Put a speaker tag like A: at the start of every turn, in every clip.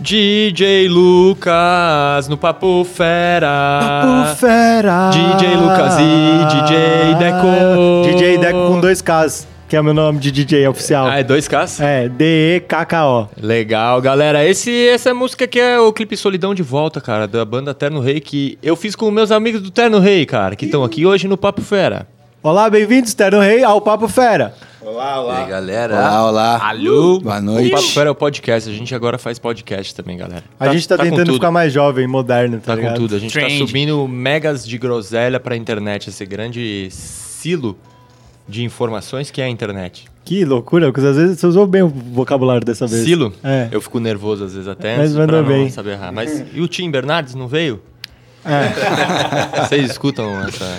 A: DJ Lucas no Papo Fera.
B: Papo Fera.
A: DJ Lucas e DJ Deco.
B: DJ Deco com dois Ks, que é meu nome de DJ oficial.
A: Ah, é 2K?
B: É, D-E-K-K-O.
A: Legal, galera. Esse, essa música aqui é o clipe Solidão de Volta, cara, da banda Terno Rei, que eu fiz com meus amigos do Terno Rei, cara, que estão aqui hoje no Papo Fera.
B: Olá, bem-vindos, Terno Rei, ao Papo Fera.
C: Olá, olá.
D: E aí, galera?
C: Olá, olá.
A: Tá? Alô?
D: Boa
A: O
D: noite.
A: Papo Fera é o podcast, a gente agora faz podcast também, galera.
B: A gente tá,
A: com
B: tentando
A: tudo.
B: ficar mais jovem, moderno, tá,
A: Tá com
B: ligado?
A: tudo, a gente tá
E: Trend.
A: subindo megas de groselha pra internet, esse grande silo de informações que é a internet.
B: Que loucura, porque às vezes você usou bem o vocabulário dessa vez.
A: Silo?
B: É.
A: Eu fico nervoso às vezes até.
B: Mas
A: antes
B: mandou
A: pra não
B: bem.
A: Saber errar. Mas e o Tim Bernardes não veio?
B: É.
A: Vocês escutam essa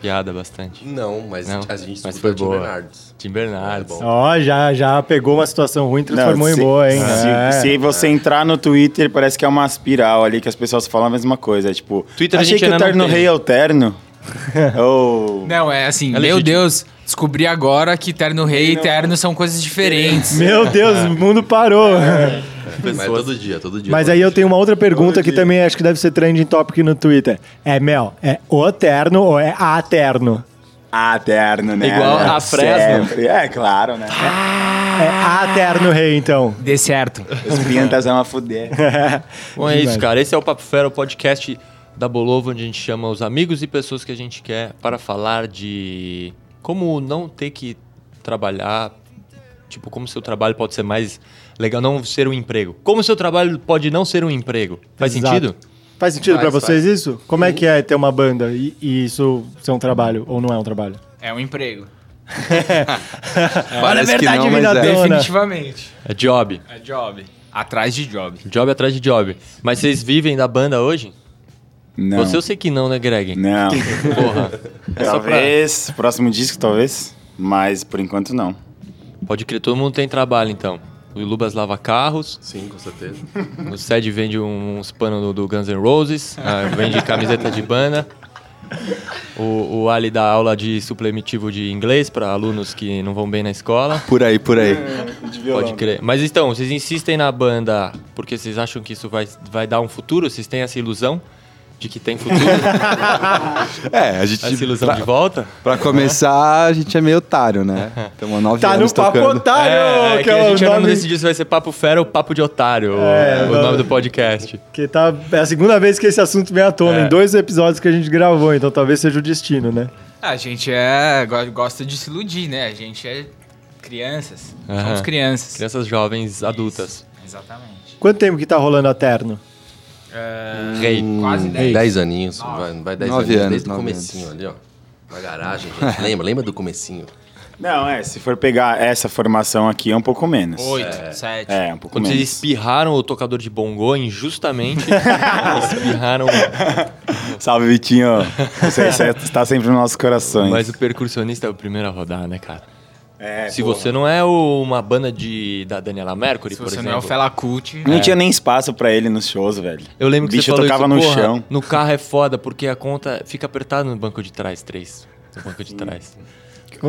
A: piada bastante.
D: Não, mas
A: Não,
D: a gente
A: mas
D: escuta
A: foi
D: o Tim
A: boa.
D: Bernardes.
A: Tim Bernardes.
D: É bom.
B: Ó, já, já pegou uma situação ruim e transformou
C: Não, se-
B: em boa, hein?
C: Se,
B: É.
C: se você entrar no Twitter, parece que é uma espiral ali que as pessoas falam a mesma coisa. Tipo,
A: Twitter a
C: achei
A: gente
C: que o
A: ainda não
C: terno
A: tem.
C: rei é o terno. Ou.
E: Não, é assim, meu
A: legítimo.
E: Deus, descobri agora que terno rei e terno são coisas diferentes.
B: Meu Deus,
A: É.
B: o mundo parou.
C: É.
D: Mas todo dia, todo dia.
B: Mas
D: todo
B: aí eu
D: dia.
B: tenho uma outra pergunta
C: Todo
B: que
C: dia.
B: também acho que deve ser trending topic no Twitter. É, Mel, é o terno ou é a terno?
C: Ah, terno, né?
A: Igual a Fresno.
C: Sempre. É, claro, né?
B: É
A: Ah.
B: a terno rei, então.
E: Dê certo.
C: Os pintas é uma fuder.
A: Bom, é isso,
B: Demais.
A: cara. Esse é o Papo Fera, o podcast da Bolova, onde a gente chama os amigos e pessoas que a gente quer para falar de como não ter que trabalhar, tipo, como seu trabalho pode ser mais legal, não ser um emprego. Como seu trabalho pode não ser um emprego. Faz
B: Exato.
A: sentido?
B: Faz sentido pra
D: Faz,
B: vocês isso? Como é que é ter uma banda e, e isso ser um trabalho ou não é um trabalho?
E: É um emprego.
D: Parece que não, mas é.
B: Dona.
E: Definitivamente.
A: É job.
E: É job. Atrás de job.
A: Job atrás de job. Mas vocês vivem da banda hoje?
C: Não.
A: Você eu sei que não, né, Greg?
C: Não.
A: Porra. É só pra...
C: talvez. Próximo disco, talvez. Mas por enquanto não.
A: Pode crer, todo mundo tem trabalho então. O Lubas lava carros,
D: Sim, com certeza.
A: o Sed vende um, uns panos do- do Guns N' Roses, ah, vende camiseta de banda. O, o Ali dá aula de suplementivo de inglês para alunos que não vão bem na escola.
D: Por aí, por aí.
A: Pode crer. Mas então, vocês insistem na banda porque vocês acham que isso vai, vai dar um futuro? Vocês têm essa ilusão de que tem futuro?
F: É, a gente.
A: essa ilusão
F: pra,
A: de volta?
F: pra começar, a gente é meio otário, né? Estamos nove
B: Tá no
F: anos
B: papo
F: tocando.
B: otário,
A: É, é
B: que,
A: que
B: é
A: a
B: o
A: gente ainda não
B: nome
A: decidiu se vai ser Papo Fera ou Papo de Otário, o-
B: É,
A: o,
B: não-
A: nome do podcast.
B: que tá é a segunda vez que esse assunto vem à tona
A: É.
B: em dois episódios que a gente gravou, então talvez seja o destino, né?
E: A gente é. go- gosta de se iludir, né? A gente é crianças.
A: Aham.
E: Somos crianças.
A: Crianças jovens, adultas.
E: Isso, Exatamente.
B: Quanto tempo que tá rolando a terno?
A: Rei.
E: Quase 10.
D: Dez aninhos, vai, vai dez
F: Nove
D: aninhos,
F: anos,
D: desde o
F: nove
D: comecinho ali, ó. Na garagem, gente. Lembra? Lembra do comecinho?
C: Não, é. Se for pegar essa formação aqui, é um pouco menos.
E: 8, 7.
C: É, um pouco
A: Quando vocês
C: menos.
A: espirraram o tocador de bongô injustamente, espirraram,
C: Salve, Vitinho. Você, você está sempre nos nossos corações.
A: mas o percussionista é o primeiro a rodar, né, cara?
C: É,
A: Se
C: pô.
A: você não é o- uma banda de da Daniela Mercury,
E: Se
A: por
E: você
A: exemplo.
E: não é o Fela Cult,
C: Não tinha nem espaço pra ele nos shows, velho.
A: É. Eu lembro que
C: Bicho
A: você falou
C: tocava
A: isso,
C: no
A: porra,
C: chão.
A: No carro é foda porque a conta fica apertada no banco de trás, três. No banco
C: Hum.
A: de trás.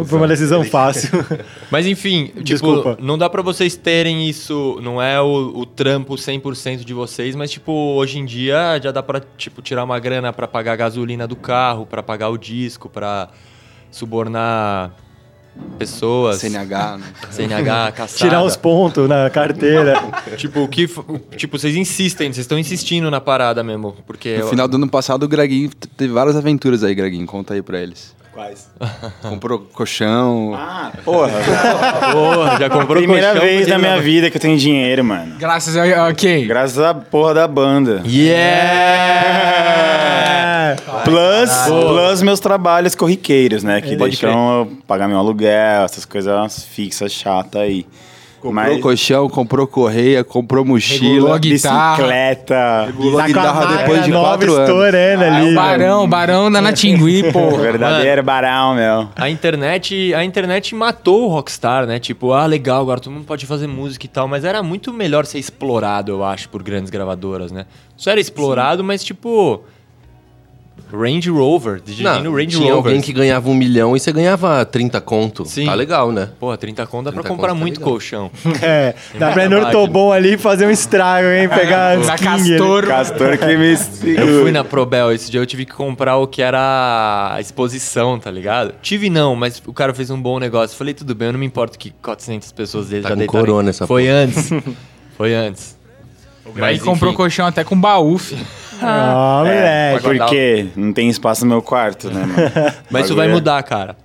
B: Foi uma decisão fácil.
A: Mas enfim, tipo,
B: Desculpa.
A: não dá pra vocês terem isso, não é o, o trampo 100% de vocês, mas tipo, hoje em dia já dá pra tipo tirar uma grana pra pagar a gasolina do carro, pra pagar o disco, pra subornar pessoas,
F: CNH. né?
A: CNH, caçada.
B: Tirar uns pontos na carteira.
A: Tipo, o que f- tipo, vocês insistem, vocês estão insistindo na parada mesmo, porque
F: No final do ano passado, o Greginho t- teve várias aventuras aí, Greginho. Conta aí pra eles.
C: Quais?
F: Comprou colchão.
C: Ah, porra.
A: Porra, já comprou
C: Primeira
A: colchão,
C: vez na
A: menino.
C: minha vida que eu tenho dinheiro, mano.
E: graças a. Ok.
C: Graças à porra da banda.
A: Yeah!
B: É.
C: Plus, plus meus trabalhos corriqueiros, né? Que
A: É, Pode
C: deixam eu pagar meu aluguel, essas coisas fixas, chatas aí.
F: comprou colchão, comprou correia, comprou
E: Regulou a
F: mochila.
E: guitarra.
C: bicicleta.
B: Tá
F: Regulou a guitarra depois de
B: nova
F: quatro anos.
B: estourando
E: É
B: ali. né?
E: o Barão, Barão da Natingui, pô.
C: Verdadeiro barão, meu.
A: A internet, a internet matou o Rockstar, né? Tipo, ah, legal, agora todo mundo pode fazer música e tal, mas era muito melhor ser explorado, eu acho, por grandes gravadoras, né? Só era explorado, mas tipo, Range Rover, dirigindo
D: Não,
A: Range
D: tinha
A: Rover.
D: alguém que ganhava um milhão e você ganhava 30 conto.
A: Sim.
D: Tá legal, né?
A: Porra, 30 conto dá
D: 30
A: pra comprar
D: conto tá
A: muito
D: legal.
A: colchão.
B: É, dá pra ir no
A: Verdade.
B: Ortobon ali e fazer um estrago, hein? Pegar
E: Da
B: as King, né?
E: É, Castor.
C: Castor que me
A: Eu fui
C: segura.
A: na Probel esse dia, eu tive que comprar o que era a exposição, tá ligado? Tive não, mas o cara fez um bom negócio. Falei, tudo bem, eu não me importo que 400 pessoas dele
D: Tá
A: já
D: com
A: deitaram.
D: corona essa
A: Foi antes. Foi antes.
E: Aí
A: Mas,
E: comprou
A: enfim.
E: colchão até com baú, filho.
B: Ah,
C: É,
B: moleque.
C: porque não tem espaço no meu quarto, né, mano?
A: Mas isso vai mudar, cara.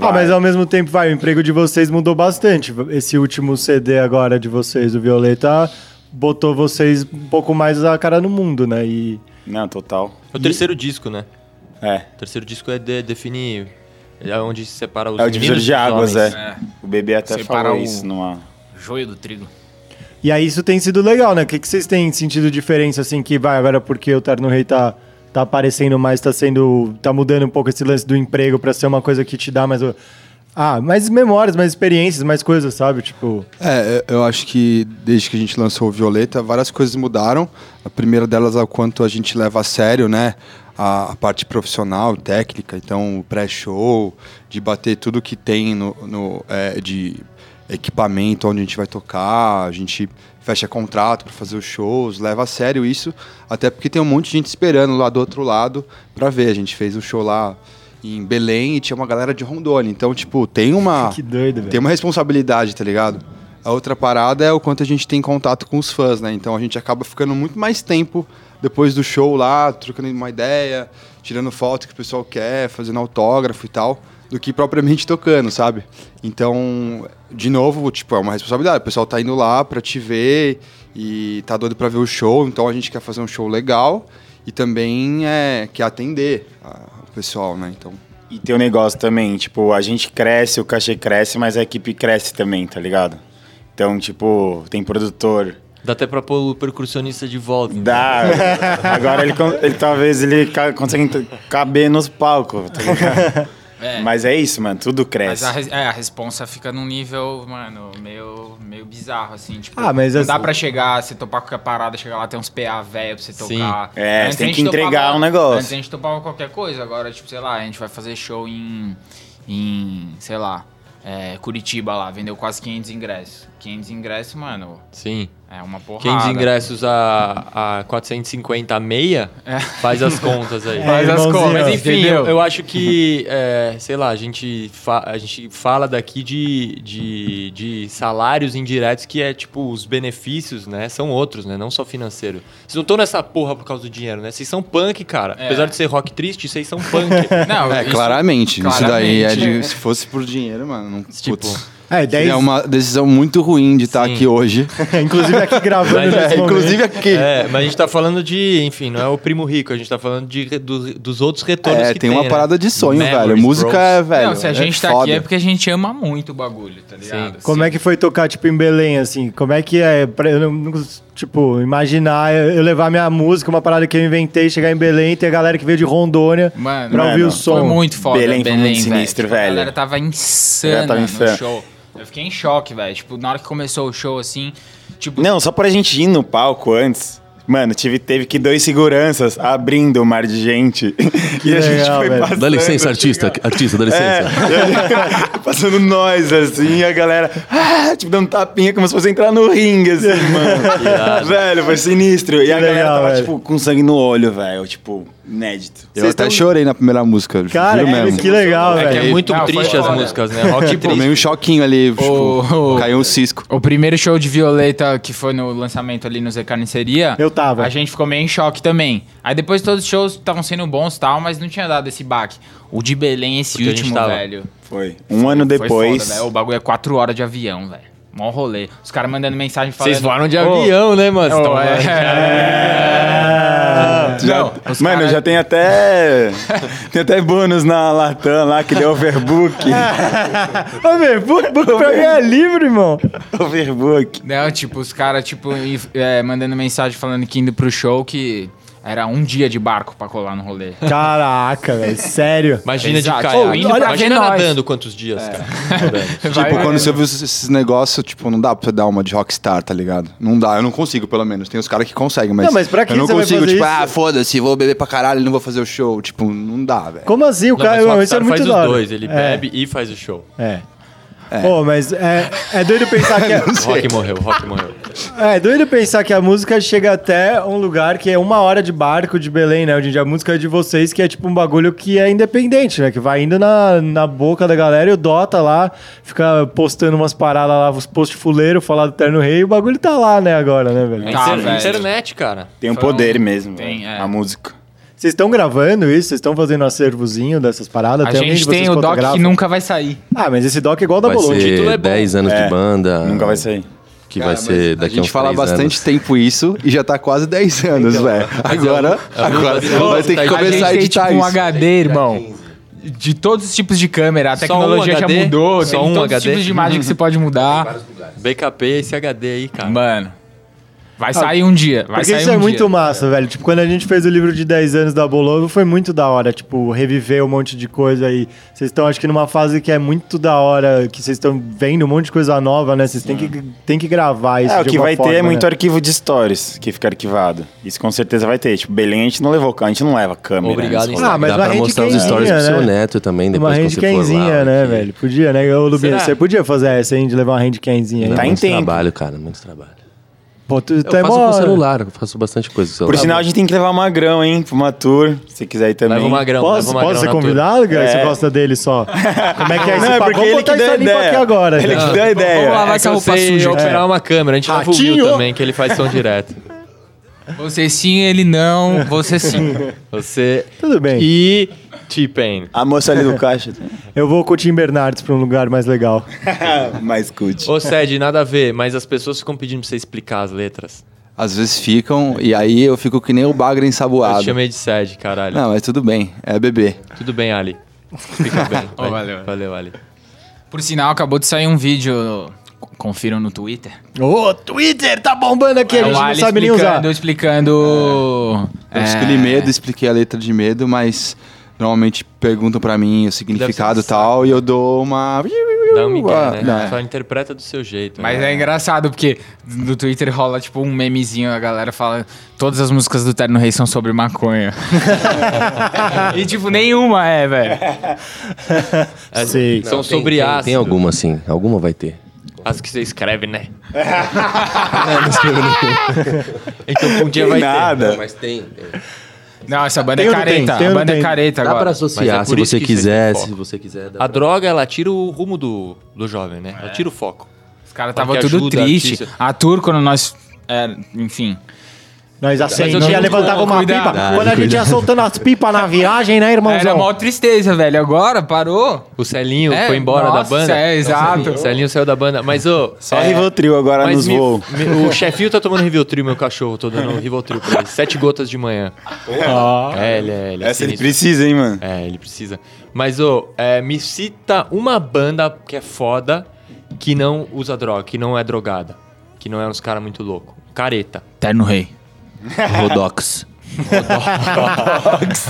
B: Ah, mas ao mesmo tempo, vai, o emprego de vocês mudou bastante. Esse último CD agora de vocês, o Violeta, botou vocês um pouco mais a cara no mundo, né? E
C: Não, total.
A: É o terceiro disco, né?
C: É.
A: O terceiro disco é de, definir é onde se separa os
C: É o divisor
A: meninos
C: de
A: dos
C: águas,
A: homens.
C: é. O bebê até
E: Separa um.
C: falou
E: o-
C: isso numa.
E: Joio do trigo.
B: E aí isso tem sido legal, né? O que, que vocês têm sentido diferença, assim, que vai agora porque o Terno Rei tá, tá aparecendo mais, tá sendo. tá mudando um pouco esse lance do emprego pra ser uma coisa que te dá mais. o- Ah, mais memórias, mais experiências, mais coisas, sabe? Tipo.
F: É, eu eu acho que desde que a gente lançou o Violeta, várias coisas mudaram. A primeira delas é o quanto a gente leva a sério, né? A, a parte profissional, técnica, então o pré-show, de bater tudo que tem no, no, é, de equipamento onde a gente vai tocar, a gente fecha contrato para fazer os shows, leva a sério isso, até porque tem um monte de gente esperando lá do outro lado para ver. A gente fez o show lá em Belém e tinha uma galera de Rondônia, então tipo, tem uma
B: Que doido,
F: tem
B: velho.
F: uma responsabilidade, tá ligado? A outra parada é o quanto a gente tem contato com os fãs, né? Então a gente acaba ficando muito mais tempo depois do show lá, trocando uma ideia, tirando foto que o pessoal quer, fazendo autógrafo e tal, do que propriamente tocando, sabe? Então, de novo, tipo, é uma responsabilidade. O pessoal tá indo lá pra te ver e tá doido pra ver o show, então a gente quer fazer um show legal e também é, quer atender a- o pessoal, né? Então,
C: E tem um negócio também, tipo, a gente cresce, o cachê cresce, mas a equipe cresce também, tá ligado? Então, tipo, tem produtor.
A: Dá até pra pôr o percussionista de volta.
C: Dá. Agora ele, con- ele talvez ele ca- consegue ent- caber nos palcos, tá ligado?
E: É.
C: Mas é isso, mano, tudo
E: Mas
C: cresce.
E: a, res- é, a responsa fica num nível, mano, meio, meio bizarro, assim. Tipo,
B: Ah, mas
E: não
B: assim-
E: dá pra chegar, você topar qualquer parada, chegar lá, tem uns PA velho pra você
A: Sim.
E: tocar.
C: É,
E: Antes
C: você tem
E: a
C: que
E: gente
C: entregar um negócio.
E: Antes a gente topava qualquer coisa, agora, tipo, sei lá, a gente vai fazer show em, em sei lá, é, Curitiba lá, vendeu quase 500 ingressos. 500 ingressos, mano,
A: Sim.
E: é uma porrada.
A: 500 ingressos a, a 450 a meia, faz as contas aí.
B: É,
E: Faz as
B: irmãozinho,
E: contas,
B: ó.
E: mas enfim,
A: Entendeu?
E: eu-
A: Eu acho que, é, sei lá, a gente, fa- a gente fala daqui de, de, de salários indiretos que é tipo os benefícios, né? São outros, né? Não só financeiro. Vocês não estão nessa porra por causa do dinheiro, né? Vocês são punk, cara.
E: É.
A: Apesar de ser rock triste, vocês são punk.
E: Não,
F: É,
E: isso-
F: claramente. Isso daí é
E: claramente.
F: de, se fosse por dinheiro, mano. Não,
A: Tipo,
F: putz,
B: É, 10.
F: seria uma decisão muito ruim de estar
A: Sim.
F: aqui hoje.
B: Inclusive aqui gravando.
A: Mas,
B: nesse
F: É,
B: momento.
F: inclusive aqui.
A: É, mas a gente tá falando de, enfim, não é o primo rico, a gente tá falando de, re- dos- dos outros retornos
F: É,
A: que
F: tem uma
A: né?
F: parada de sonho,
A: Memories,
F: velho. Música
A: bros.
F: é, velho.
E: não, se a
F: é
E: gente tá
F: foda.
E: aqui é porque a gente ama muito o bagulho, tá ligado?
A: Sim.
B: Como é que foi tocar, tipo, em Belém, assim? Como é que é? Pra eu não, não cons- tipo, imaginar eu, eu levar minha música, uma parada que eu inventei, chegar em Belém e ter a galera que veio de Rondônia
E: Mano,
B: pra
F: É,
B: ouvir
C: mano,
B: o som.
E: Foi muito foda. Tipo,
C: Belém foi muito sinistro, velho.
E: A galera tava insana
C: A galera tava insana.
E: no show. Eu fiquei em choque, velho. Tipo, na hora que começou o show, assim, tipo...
C: Não, só pra gente ir no palco antes. Mano, tive, teve que dois seguranças abrindo o mar de gente. e a gente
B: legal,
C: foi
B: velho.
C: passando.
D: Dá licença, artista. Artista, dá
C: É,
D: licença.
C: passando nós, assim, e a galera, ah, tipo, dando tapinha como se fosse entrar no ringue, assim, mano. velho, foi sinistro. E a galera
B: legal,
C: tava,
B: velho.
C: tipo, com sangue no olho, velho. Tipo, inédito.
F: Eu
B: Vocês
F: até
B: tão-
F: chorei na primeira música.
B: Cara,
F: juro mesmo.
B: que legal,
A: É que
B: velho.
A: é muito
E: Não, foi
A: triste as
E: foda.
A: músicas, né? Rock
F: Tipo,
A: triste.
F: meio um choquinho ali. tipo,
E: o-
F: Caiu um cisco.
E: O primeiro show de Violeta, que foi no lançamento ali no Zé Carniceria...
B: Eu tava.
E: A gente ficou meio em choque também. Aí depois todos os shows estavam sendo bons e tal, mas não tinha dado esse baque. O de Belém, esse
A: Porque a gente
E: último,
A: tava.
E: velho...
C: Foi. Um ano
E: Foi
C: depois.
E: foda, velho. O bagulho é quatro horas de avião, velho. Mó rolê. Os caras mandando mensagem falando...
A: Vocês voaram de
E: "Ô, É,
A: avião, né, mano? Vocês
E: ô,
A: tão-
B: é.
C: Já-
E: Não, os
C: mano,
E: cara-
C: já tem até. tem até bônus na Latam lá, que deu overbook.
B: Ô, meu, book, book pra mim é livre, irmão.
C: overbook.
E: Não, tipo, os caras, tipo, inf- é, mandando mensagem falando que indo pro show que. Era um dia de barco pra colar no rolê.
B: Caraca, velho, sério.
A: Imagina
E: Exato.
A: de caiaque.
E: Ou É. indo pra
A: Imagina
E: ver nós.
A: nadando quantos dias, cara. Por ano.
F: Tipo, quando você viu esses- esses negócios, tipo, não dá pra você dar uma de rockstar, tá ligado? Não dá, eu não consigo, pelo menos. Tem os caras que conseguem, mas.
B: Não, mas pra que
F: Eu não
B: você vai
F: consigo,
B: fazer
F: tipo,
B: isso?
F: ah, foda-se, vou beber pra caralho e não vou fazer o show. Tipo, não dá, velho.
B: Como assim? O
A: Não,
B: cara.
A: mas o
B: Não, isso é
A: Rockstar
B: muito
A: faz os
B: da hora.
A: dois. Ele
B: É,
A: bebe e faz o show.
B: É. Pô, mas é, é doido pensar que.
A: O Rock morreu, o Rock morreu.
B: É doido pensar que a música chega até um lugar que é uma hora de barco de Belém, né? Hoje em dia a música é de vocês, que é tipo um bagulho que é independente, né? Que vai indo na, na boca da galera e o Dota lá fica postando umas paradas lá, os post fuleiro, falar do Terno Rei, e o bagulho tá lá, né, agora, né, velho?
E: Tá,
A: Inter-
E: velho.
A: Internet, cara.
C: Tem um
E: Foi um-
C: poder mesmo,
E: Tem,
C: velho,
E: é.
C: a música.
B: Vocês estão gravando isso? Vocês estão fazendo acervozinho dessas paradas?
E: A
B: alguém de
E: gente
B: vocês
E: tem o doc
B: fotografa?
E: que nunca vai sair.
B: Ah, mas esse doc é igual da
D: Vai
B: Bolon.
A: título é
D: ser
A: bom.
D: 10 anos
C: É,
D: de banda.
C: Nunca vai sair.
D: Que
F: Cara,
D: vai
F: mas
D: ser daqui
F: a gente
D: uns
F: fala
D: três
F: bastante
D: anos.
F: tempo isso e já tá quase 10 anos, velho. Agora, Tá, agora vai ter que
A: A
E: a gente
F: começar a
E: tem
F: editar
E: tipo um
F: isso.
E: HD, irmão. De todos os tipos de câmera, a
A: Só um
E: tecnologia já
A: HD?
E: mudou,
A: Só
E: tem
A: um
E: todos os
A: HD?
E: tipos de imagem que você pode mudar.
A: BKP e esse HD aí, cara.
E: Mano, vai sair um dia, vai
B: Ah, Porque
E: sair
B: isso
E: um
B: é
E: dia.
B: muito massa, velho. Tipo, quando a gente fez o livro de 10 anos da Bolovo, foi muito da hora. Tipo, reviver um monte de coisa aí. Vocês estão, acho que, numa fase que é muito da hora, que vocês estão vendo um monte de coisa nova, né? Vocês têm que, têm que gravar isso.
C: É, o
B: de
C: que
B: alguma
C: vai
B: forma,
C: ter é muito
B: né?
C: arquivo de stories que fica arquivado. Isso com certeza vai ter. Tipo, Belém a gente não levou, a gente não leva câmera.
A: Obrigado,
C: né?
A: hein?
B: Ah, mas
D: Dá
B: uma
D: pra mostrar os
B: handcanzinha,
D: stories pro seu
B: né?
D: neto também,
B: Uma
D: depois quando você for
B: handcanzinha,
D: lá.
B: né, velho? Podia, né? Ô, Lubinha,
A: Será?
B: você podia fazer essa, hein? De levar uma handcanzinha aí.
C: Tá em
D: muito
C: tempo.
D: trabalho, cara, muito trabalho.
B: Pô, tu,
D: Eu
B: tu é
D: faço
B: mó-
D: com o celular, eu faço bastante coisa com o celular.
C: Por sinal, a gente tem que levar magrão, hein? Pra uma tour, se quiser ir também.
A: Leva o Magrão,
B: Posso,
A: leva o Magrão
B: posso ser
A: na tua.
B: convidado, cara?
C: É.
B: Você gosta dele só? Como é que né? é isso?
C: Não, é porque
B: Vamos
C: ele
B: botar
C: que
B: isso
C: deu
B: a limpo
C: ideia.
B: aqui agora. tá?
C: Ele
B: gente.
C: que deu a ideia.
E: vamos lá, vai
A: É
E: com
A: que
E: a
A: eu
E: roupa
A: sei
E: suja.
A: operar uma câmera, a gente leva o
B: Ratinho!
A: Will também, que ele faz som direto.
E: Você sim, ele não, você sim.
A: Você
B: Tudo bem.
A: e T-Pain.
C: A moça ali do caixa.
B: Eu vou com o Tim Bernardes pra um lugar mais legal.
C: Mais cult.
A: Ô, Sed, nada a ver, mas as pessoas ficam pedindo pra você explicar as letras.
F: Às vezes ficam e aí eu fico que nem o bagre
A: Eu
F: ensaboado.
A: te chamei de Sed, caralho.
F: Não, mas tudo bem, é bebê.
A: Tudo bem, Ali. Fica bem. Vai.
E: valeu.
A: Valeu, Ali.
E: Por sinal, acabou de sair um vídeo, confiram no Twitter. É
B: Ô, Twitter tá bombando
A: É
B: aqui, a gente
E: o
B: não
E: Ali
B: sabe nem usar.
E: explicando, explicando...
F: Eu
E: é,
F: escolhi medo, expliquei a letra de medo, mas normalmente perguntam pra mim o significado e tal, e eu dou uma.
A: Dá um
F: Ah,
A: migué,
F: não, é.
A: né? Só interpreta do seu jeito.
E: Mas
A: né?
E: é engraçado, porque no Twitter rola tipo um memezinho, a galera fala todas as músicas do Terno Rei são sobre maconha. e tipo, nenhuma é, velho.
A: As-
B: Sei.
A: É, São
D: Tem-
A: sobre
D: tem,
A: ácido.
D: Tem alguma, sim. Alguma vai ter.
A: As que você escreve, né? então um dia vai ter.
C: Nada.
D: mas tem.
E: Não, essa banda
B: Tem
E: é
B: ou não tem?
E: careta.
B: Tem ou
E: a
B: não
E: banda é
B: tem?
E: careta
D: Dá pra
E: agora.
A: Mas é
D: associar,
A: por
D: se
A: isso
D: você
A: que você
D: quiser,
A: tem
D: se
A: foco.
D: você quiser. dá
A: A
D: pra-
A: droga, ela tira o rumo do, do jovem, né?
E: É.
A: Ela tira o foco.
E: Os caras estavam
A: Porque
E: tudo
A: ajuda,
E: triste.
A: artista.
E: A Tour, quando nós... é, enfim.
A: Mas
B: Nós
A: eu
B: acendia,
A: tinha-
B: levantava uma
E: Cuidado.
B: pipa.
E: Cuidado.
B: Quando a gente ia soltando as pipas na viagem, né,
E: Era
B: irmãozão?
E: maior tristeza, velho. Agora, parou.
A: O Celinho
E: É,
A: foi embora
E: nossa,
A: da banda.
E: é, exato.
A: O Celinho saiu da banda. Mas, ô.
C: Só Rivotril agora
A: É. mas
C: nos
A: me-
C: voos.
A: me- o chefinho tá tomando Rivotril, meu cachorro. Tô dando um Rivotril pra ele. Sete gotas de manhã. É, ele é. Ele é
C: Essa ele
A: sinistro.
C: precisa, hein, mano?
A: É, ele precisa. Mas, ô, é, me cita uma banda que é foda, que não usa droga, que não é drogada. Que não é uns caras muito loucos. Careta.
E: Terno Rei.
D: Rodox.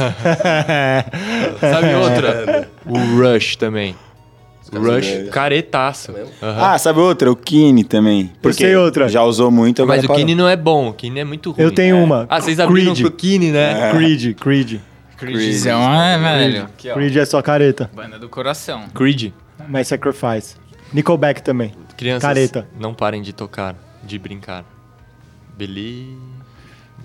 A: Sabe
B: É.
A: outra? o Rush também. Rush, caretaça. Aham.
C: Ah, sabe outra? O Kine também. Porque
B: sei outra.
C: Já usou muito, agora
A: Mas o
C: parou.
A: Kini não é bom, o Kini é muito ruim.
B: Eu tenho uma.
A: Ah, vocês abriram
B: Creed.
A: pro Kini, né?
B: Creed, Creed.
E: Creedzão, é, velho. Aqui, ó.
B: Creed é sua careta.
E: Banda do coração.
A: Creed.
B: My Sacrifice. Nickelback também.
A: Crianças,
B: Careta.
A: não parem de tocar, de brincar. Believe.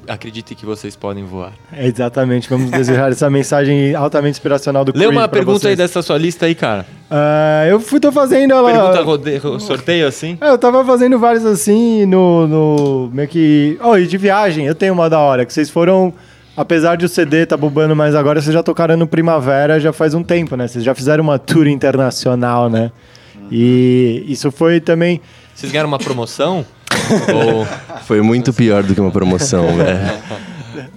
A: Acredite que vocês podem voar.
B: É, exatamente, vamos desejar essa mensagem altamente inspiracional do
A: Lê
B: Creed
A: uma
B: pra
A: pergunta aí
B: vocês.
A: dessa sua lista aí, cara.
B: Ah, eu fui, tô fazendo ela...
A: Pergunta rode- ro- sorteio assim?
B: É, eu tava fazendo vários assim no, no meio que. Oh, e de viagem, eu tenho uma da hora. Que vocês foram. Apesar de o CD tá bombando, mas agora vocês já tocaram no Primavera já faz um tempo, né? Vocês já fizeram uma tour internacional, né? E isso foi também.
A: Vocês ganharam uma promoção? Ou.
D: Foi muito pior do que uma promoção, velho.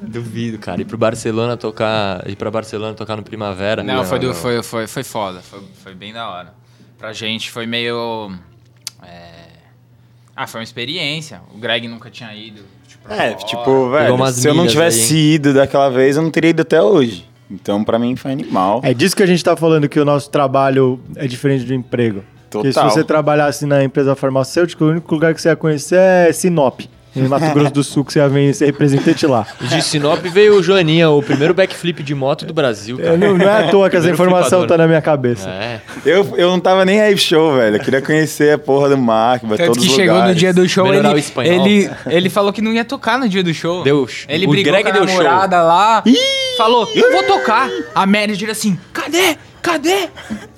A: Duvido, cara. Ir pro Barcelona tocar. Ir pra Barcelona tocar no Primavera.
E: Não, foi, do, foi, foi, foi foda. Foi, foi bem da hora. Pra gente foi meio. é, Ah, foi uma experiência. O Greg nunca tinha ido. Tipo,
C: É, tipo, velho,
A: umas
C: se eu não
A: milhas
C: tivesse ido daquela vez, eu não teria ido até hoje. Então, pra mim, foi animal.
B: É disso que a gente tá falando que o nosso trabalho é diferente do emprego. Porque se
C: Total.
B: você trabalhasse na empresa farmacêutica, o único lugar que você ia conhecer é Sinop. Em Mato Grosso do Sul, que você ia ver- ser representante lá.
A: E De Sinop veio o Joaninha, o primeiro backflip de moto do Brasil,
B: Eu
A: cara.
B: Não, não é à toa que essa
A: Primeiro
B: informação
A: flipador.
B: tá na minha cabeça.
A: É.
C: Eu, eu não tava nem aí pro show, velho. Eu queria conhecer a porra do Mark, pra
E: Tanto
C: todos
E: que
C: os
E: chegou no
C: lugares.
E: dia do show, ele,
A: Melhorar o espanhol.
E: ele, ele falou que não ia tocar no dia do show.
A: Deu sh-
E: Ele
A: o
E: brigou
A: Greg
E: com a
A: deu show.
E: namorada lá, falou, eu vou tocar. A manager assim, cadê? Cadê?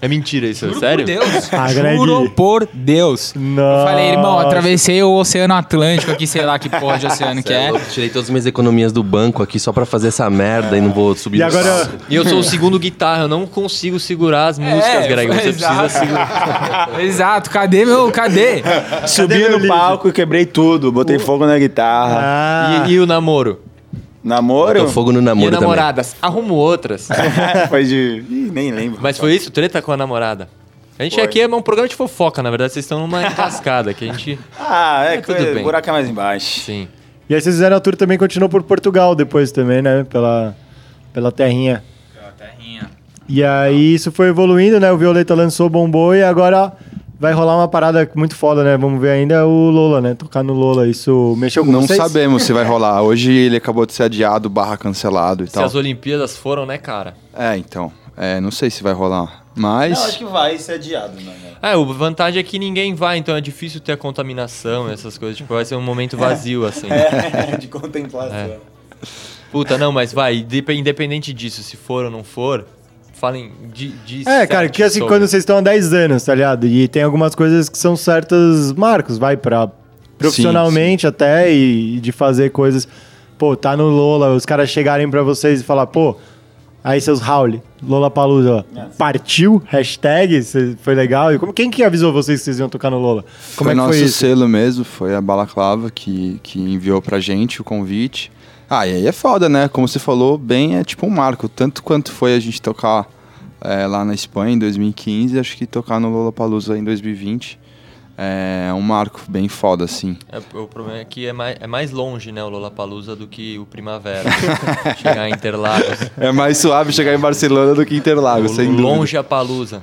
A: É mentira isso, é
E: Juro
A: sério?
E: por Deus.
B: Ah,
E: Juro
B: Greg.
E: por Deus.
B: Nossa.
E: Eu falei, irmão, atravessei o Oceano Atlântico aqui, sei lá que porra de oceano que é.
D: Eu tirei todas as minhas economias do banco aqui só pra fazer essa merda e não vou subir
B: E
D: no
B: agora,
D: palco.
A: E eu sou o segundo guitarra, eu não consigo segurar
E: É,
A: as músicas, Greg. Você precisa segurar.
E: segurar. Exato, cadê meu, cadê?
C: Subi
B: meu
C: no
B: livro?
C: palco e quebrei tudo. Botei fogo na guitarra.
B: Ah,
A: E, e o namoro?
C: Namoro?
D: Tô fogo no namoro
A: e
D: também.
A: namoradas? Arrumo outras.
C: foi de... Ih, nem lembro.
A: Mas foi isso? Treta com a namorada? A gente
C: Foi.
A: aqui é um programa de fofoca, na verdade. Vocês estão numa encascada que a gente...
C: Ah, é,
A: É, tudo
C: coisa-
A: bem.
C: buraco é mais embaixo.
A: Sim.
B: e aí vocês fizeram a tour também, continuou por Portugal depois também, né? Pela, pela terrinha. E aí isso foi evoluindo, né? O Violeta lançou Bombou e agora vai rolar uma parada muito foda, né? Vamos ver ainda o Lola, né? Tocar no Lola. Isso mexeu com
F: Não
B: vocês?
F: sabemos se vai rolar. Hoje ele acabou de ser adiado, barra cancelado e
A: Se
F: tal.
A: as Olimpíadas foram, né, cara?
F: É, então. É, não sei se vai rolar.
C: Não, acho
F: Mas.
C: que vai ser adiado, né?
A: É, a vantagem é que ninguém vai, então é difícil ter a contaminação, essas coisas. Tipo, vai ser um momento vazio,
B: É.
A: assim.
C: de contemplação.
A: Puta, não, mas vai. indep- Independente disso, se for ou não for, falem de... de
B: É, cara,
A: certo
B: que assim,
A: sobre.
B: quando vocês estão há 10 anos, tá ligado? E tem algumas coisas que são certos marcos, vai, pra profissionalmente até e, e de fazer coisas. Pô, tá no Lola, os caras chegarem pra vocês e falar, pô, aí seus Raul, Lola Palusa, partiu, hashtag, cê- foi legal. E como, quem que avisou vocês que vocês iam tocar no Lola? Como
F: foi
B: é que
F: nosso
B: foi isso?
F: selo mesmo, foi a Balaclava que, que enviou pra gente o convite. Ah, e aí é foda, né? Como você falou, bem é tipo um marco. Tanto quanto foi a gente tocar é, lá na Espanha em 2015, acho que tocar no Lollapalooza em 2020 é um marco bem foda, assim.
A: É, o problema é que é mais, é mais longe, né, o Lollapalooza do que o Primavera. Chegar em Interlagos.
F: É mais suave chegar em Barcelona do que Interlagos, sem dúvida.
A: longe a Palusa.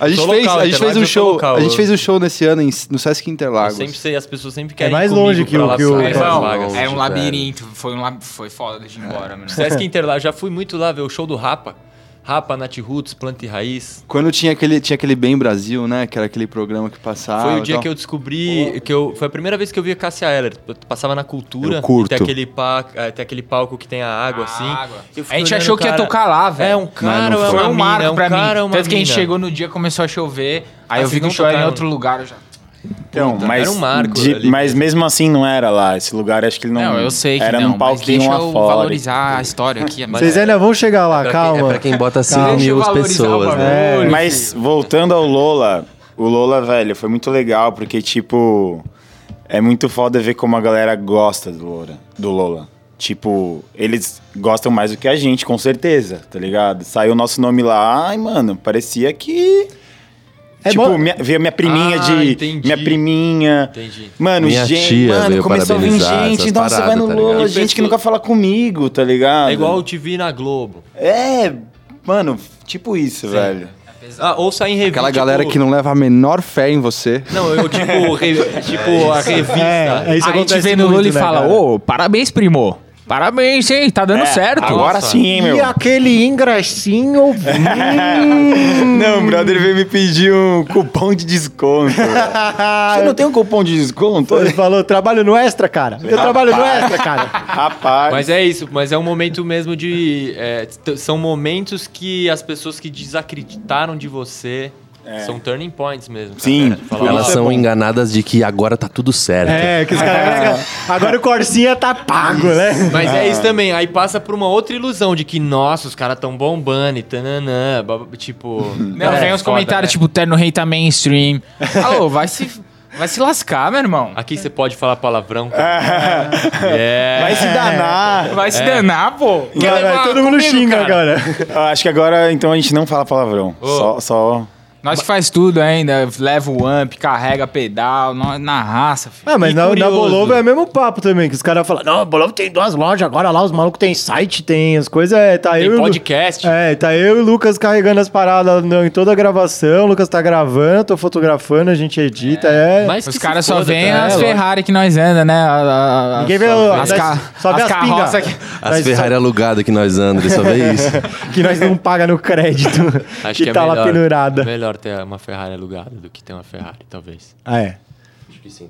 F: A gente,
A: Sou
F: fez,
A: local,
F: a gente fez
A: Interlagos,
F: um
A: eu sou
F: show,
A: local,
F: a gente
A: eu-
F: fez um show nesse ano em- no Sesc Interlagos.
A: Sempre sei, as pessoas sempre querem
B: É mais
A: ir comigo
B: longe que
A: pra
B: o-
A: lá
B: que o-
A: sair
B: É,
A: essas
B: irmão,
A: vagas. tipo,
E: é um labirinto, foi, um lab... foi foda de ir embora, mano.
A: Sesc Interlagos, já fui muito lá ver o show do Rapa. Rapa, Nath Roots, Planta e Raiz.
F: Quando tinha aquele, tinha aquele Bem Brasil, né? Que era aquele programa que passava.
A: Foi o dia
F: tal.
A: que eu descobri, que eu, foi a primeira vez que eu vi a Cássia Eller. Eu passava na cultura,
F: Eu curto.
A: E tem, aquele pa- eh, tem aquele palco que tem a água,
E: A
A: assim.
E: água.
A: Eu fiquei
E: A gente
A: olhando,
E: achou que ia
A: cara,
E: tocar lá, velho.
A: É um cara,
F: não
A: ou é
E: Foi
A: uma
E: um
A: mina,
E: marco
A: é um
E: pra
A: cara, ou
E: mim.
A: uma
E: Tanto que a gente
A: mina.
E: chegou no dia, começou a chover. Aí
A: Ah,
E: eu
A: vocês
E: vi que o
A: não
E: show era em
A: tocaram?
E: outro lugar. Eu já...
C: Então,
A: Puta,
C: mas,
A: era um marco
C: de-
A: ali.
C: mas mesmo assim não era lá. Esse lugar acho que ele não.
E: Não, eu sei que
C: Era
E: não,
C: num
E: mas
C: um palquinho
E: deixa
C: lá
E: eu
C: fora.
E: valorizar a história aqui. a
B: Vocês ainda vão chegar lá,
D: Pra quem-
B: calma.
D: é pra quem bota 5
E: Calma.
D: mil
E: Deixa eu valorizar o
D: pessoas, né?
E: bagulho.
C: É, Mas voltando ao Lola, o Lola, velho, foi muito legal, porque, tipo, é muito foda ver como a galera gosta do Lola. Do Lola. Tipo, eles gostam mais do que a gente, com certeza, tá ligado? Saiu o nosso nome lá, ai, mano, parecia que.
B: É
C: tipo,
B: bom-
C: minha, ver minha priminha
A: Ah,
C: de.
A: entendi.
C: Minha priminha.
A: Entendi.
C: Mano,
D: Minha
C: gente.
D: tia
C: mano,
D: veio
C: começou a vir
D: parabenizar
C: gente.
D: essas
C: Nossa, vai
D: paradas,
C: no
D: tá
C: Lola,
D: ligado?
C: gente
A: Pessoa-
C: que nunca fala comigo, tá ligado?
A: É igual eu te vi na Globo.
C: É, mano, tipo isso, velho.
A: Ah, ou sair em revista. tipo,
C: Tipo,
F: Aquela galera que não leva a menor fé em você.
A: Não, eu tipo, re- tipo a revista.
B: É, é isso
E: a gente
B: acontece
E: vê no
B: muito,
E: Lula e
B: né,
E: fala,
B: cara?
E: ô, parabéns, primo. Parabéns, hein? Tá dando
C: É,
E: certo.
C: Agora
A: Nossa.
C: sim, hein, meu.
B: E aquele ingressinho...
C: Não, o brother veio me pedir um cupom de desconto. Você não tem um cupom de desconto?
B: Ele falou, trabalho no extra, cara. Eu trabalho no extra, cara.
C: Rapaz.
A: Mas é isso, mas é um momento mesmo de. é, t- são momentos que as pessoas que desacreditaram de você
E: É.
A: são turning points mesmo. cara.
C: Sim,
A: É, falar,
C: por
A: ó,
D: Elas
C: isso é
D: são
C: bom.
D: enganadas de que agora tá tudo certo.
B: É, que os caras. Agora o Corsinha tá pago, né?
A: Mas é isso também, aí passa por uma outra ilusão de que, nossa, os caras tão bombando e tananã, bab- tipo...
E: Não,
A: é
E: vem uns
A: foda,
E: comentários
A: né?
E: tipo, terno rei tá mainstream. Alô, vai se, vai se lascar, meu irmão.
A: Aqui você pode falar palavrão. É.
C: Vai se
A: Ah,
C: danar.
E: Vai se danar, pô. Quer
B: Cara,
E: levar
B: todo mundo
E: comigo,
B: xinga
E: cara?
B: agora.
C: Eu Acho que agora, então, a gente não fala palavrão. Só, só
E: Nós que faz tudo ainda, leva o amp, carrega pedal, nó- na raça, filho.
B: Ah, mas
E: E
B: na, na
E: curioso.
B: Bolova é o mesmo papo também, que os caras falam, não, Bolova tem duas lojas agora lá, os malucos tem site, tem as coisas, é, tá
A: Tem
B: eu... e o Lu-
A: podcast.
B: É, tá eu e o Lucas carregando as paradas não, em toda a gravação, o Lucas tá gravando, eu tô fotografando, a gente edita, é...
A: Mas
E: Os
A: que
E: caras
A: se
E: só
A: foda,
E: veem
A: cara.
E: as
A: É,
E: Ferrari que nós anda, né? A- a- a-
B: Ninguém vê
E: só
B: o-
E: as
A: né?
B: das-
E: ca-
B: só vê as
E: carroças
B: pingas.
E: que-
D: As
B: Mas-
D: Ferrari alugadas que nós andamos, só vê isso.
B: que nós não paga no crédito
A: Acho
B: que,
A: que é
B: tá lá
A: melhor-
B: pendurada.
A: Melhor ter uma Ferrari alugada do que ter uma Ferrari, talvez.
B: Ah, é.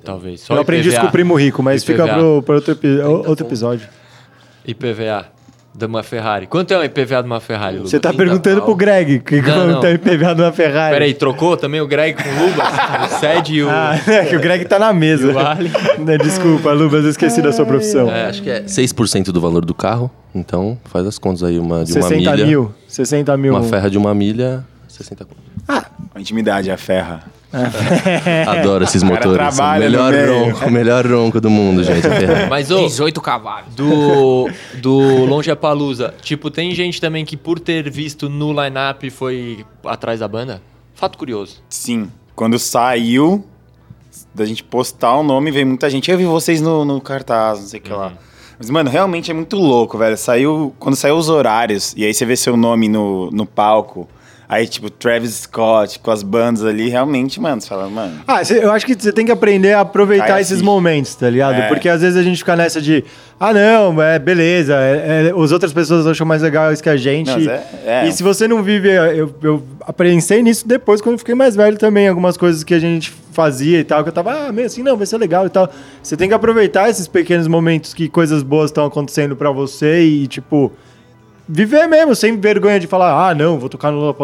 A: Talvez. Só
B: Eu aprendi isso
A: IPVA.
B: com o primo rico, mas fica
A: IPVA.
B: pro, pro outro, epi- outro episódio.
A: IPVA de uma Ferrari. Quanto é um IPVA de uma Ferrari, Lucas?
B: Você tá perguntando pro Greg, que
A: Não,
B: quando
A: não.
B: tá IPVA na Ferrari.
A: Peraí, trocou também o Greg com o Lubas? o Sed e o...
B: Ah, é que o Greg tá na mesa.
A: E o Ali?
B: Né, Desculpa, Lubas, eu esqueci da sua profissão.
D: É, acho que é 6% do valor do carro. Então, faz as contas aí, uma, de uma
B: 60
D: milha.
B: mil. 60 mil. um
D: Uma ferra de uma milha, 60 conto.
C: A intimidade, a ferra.
D: Adoro esses
C: cara
D: motores. são o
C: trabalha no
D: melhor
C: meio.
D: ronco, o melhor ronco do mundo, gente. a Ferrari.
A: Mas, ô,
E: 18 cavalos.
A: do, do Longe Palusa, tipo, tem gente também que por ter visto no line-up foi atrás da banda? Fato curioso.
C: Sim. Quando saiu, da gente postar o nome, veio muita gente. Eu vi vocês no, no cartaz, não sei o que lá. Mas, mano, realmente é muito louco, velho. Saiu. Quando saiu os horários, e aí você vê seu nome no, no palco. Aí, tipo, Travis Scott, com as bandas ali, realmente, mano, você fala, mano.
B: Ah, cê- eu acho que você tem que aprender a aproveitar
C: Cai a
B: esses
C: ficha.
B: momentos, tá ligado?
C: É.
B: Porque às vezes a gente fica nessa de, ah, não, é beleza, é, é, as outras pessoas acham mais legal isso que a gente.
C: Não, mas é- é.
B: E se você não vive. Eu, eu pensei nisso depois, quando eu fiquei mais velho também, algumas coisas que a gente fazia e tal, que eu tava, ah, meio assim, não, vai ser legal e tal. Você tem que aproveitar esses pequenos momentos que coisas boas estão acontecendo pra você e, tipo. Viver mesmo, sem vergonha de falar, ah, não, vou tocar no Lula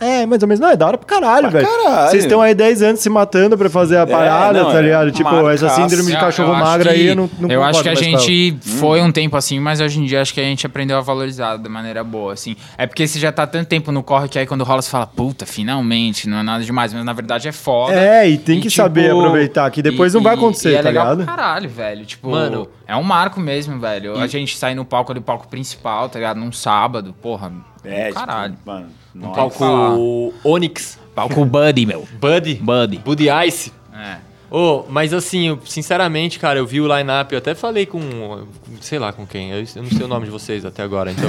B: É, mais ou menos, não, é da hora pra caralho, velho.
C: caralho.
B: Vocês estão aí 10 anos se matando pra fazer a parada,
C: não,
B: tá
C: é
B: ligado? Tipo,
C: marcaço.
B: essa síndrome de
E: Eu-
B: cachorro
E: eu acho
B: magro aí
E: que-
B: eu não, não
E: Eu acho
B: concordo
E: que a
B: mais com ela.
E: gente foi um tempo assim, mas hoje em dia acho que a gente aprendeu a valorizar da maneira boa, assim. É porque você já tá tanto tempo no corre que aí quando rola você fala, puta, finalmente, não é nada demais, mas na verdade é foda. tipo,
B: É, e tem que saber aproveitar, que depois não vai acontecer,
E: e é
B: tá
E: legal
B: ligado?
E: pra caralho, velho. Tipo,
A: Mano.
E: é um marco mesmo, velho. A gente sair no palco ali, palco principal, tá ligado? Num sábado, porra.
C: É,
E: caralho.
C: Tipo, mano,
E: Não
C: nossa.
E: tem o que falar.
A: Palco Onyx,
E: tipo, Palco Buddy, meu.
A: Buddy,
E: Buddy.
A: Buddy Ice.
E: É.
A: Ô, mas assim, eu- sinceramente, cara, eu vi o line-up, eu até falei com, com- sei lá com quem, eu, eu não sei o nome de vocês até agora, então.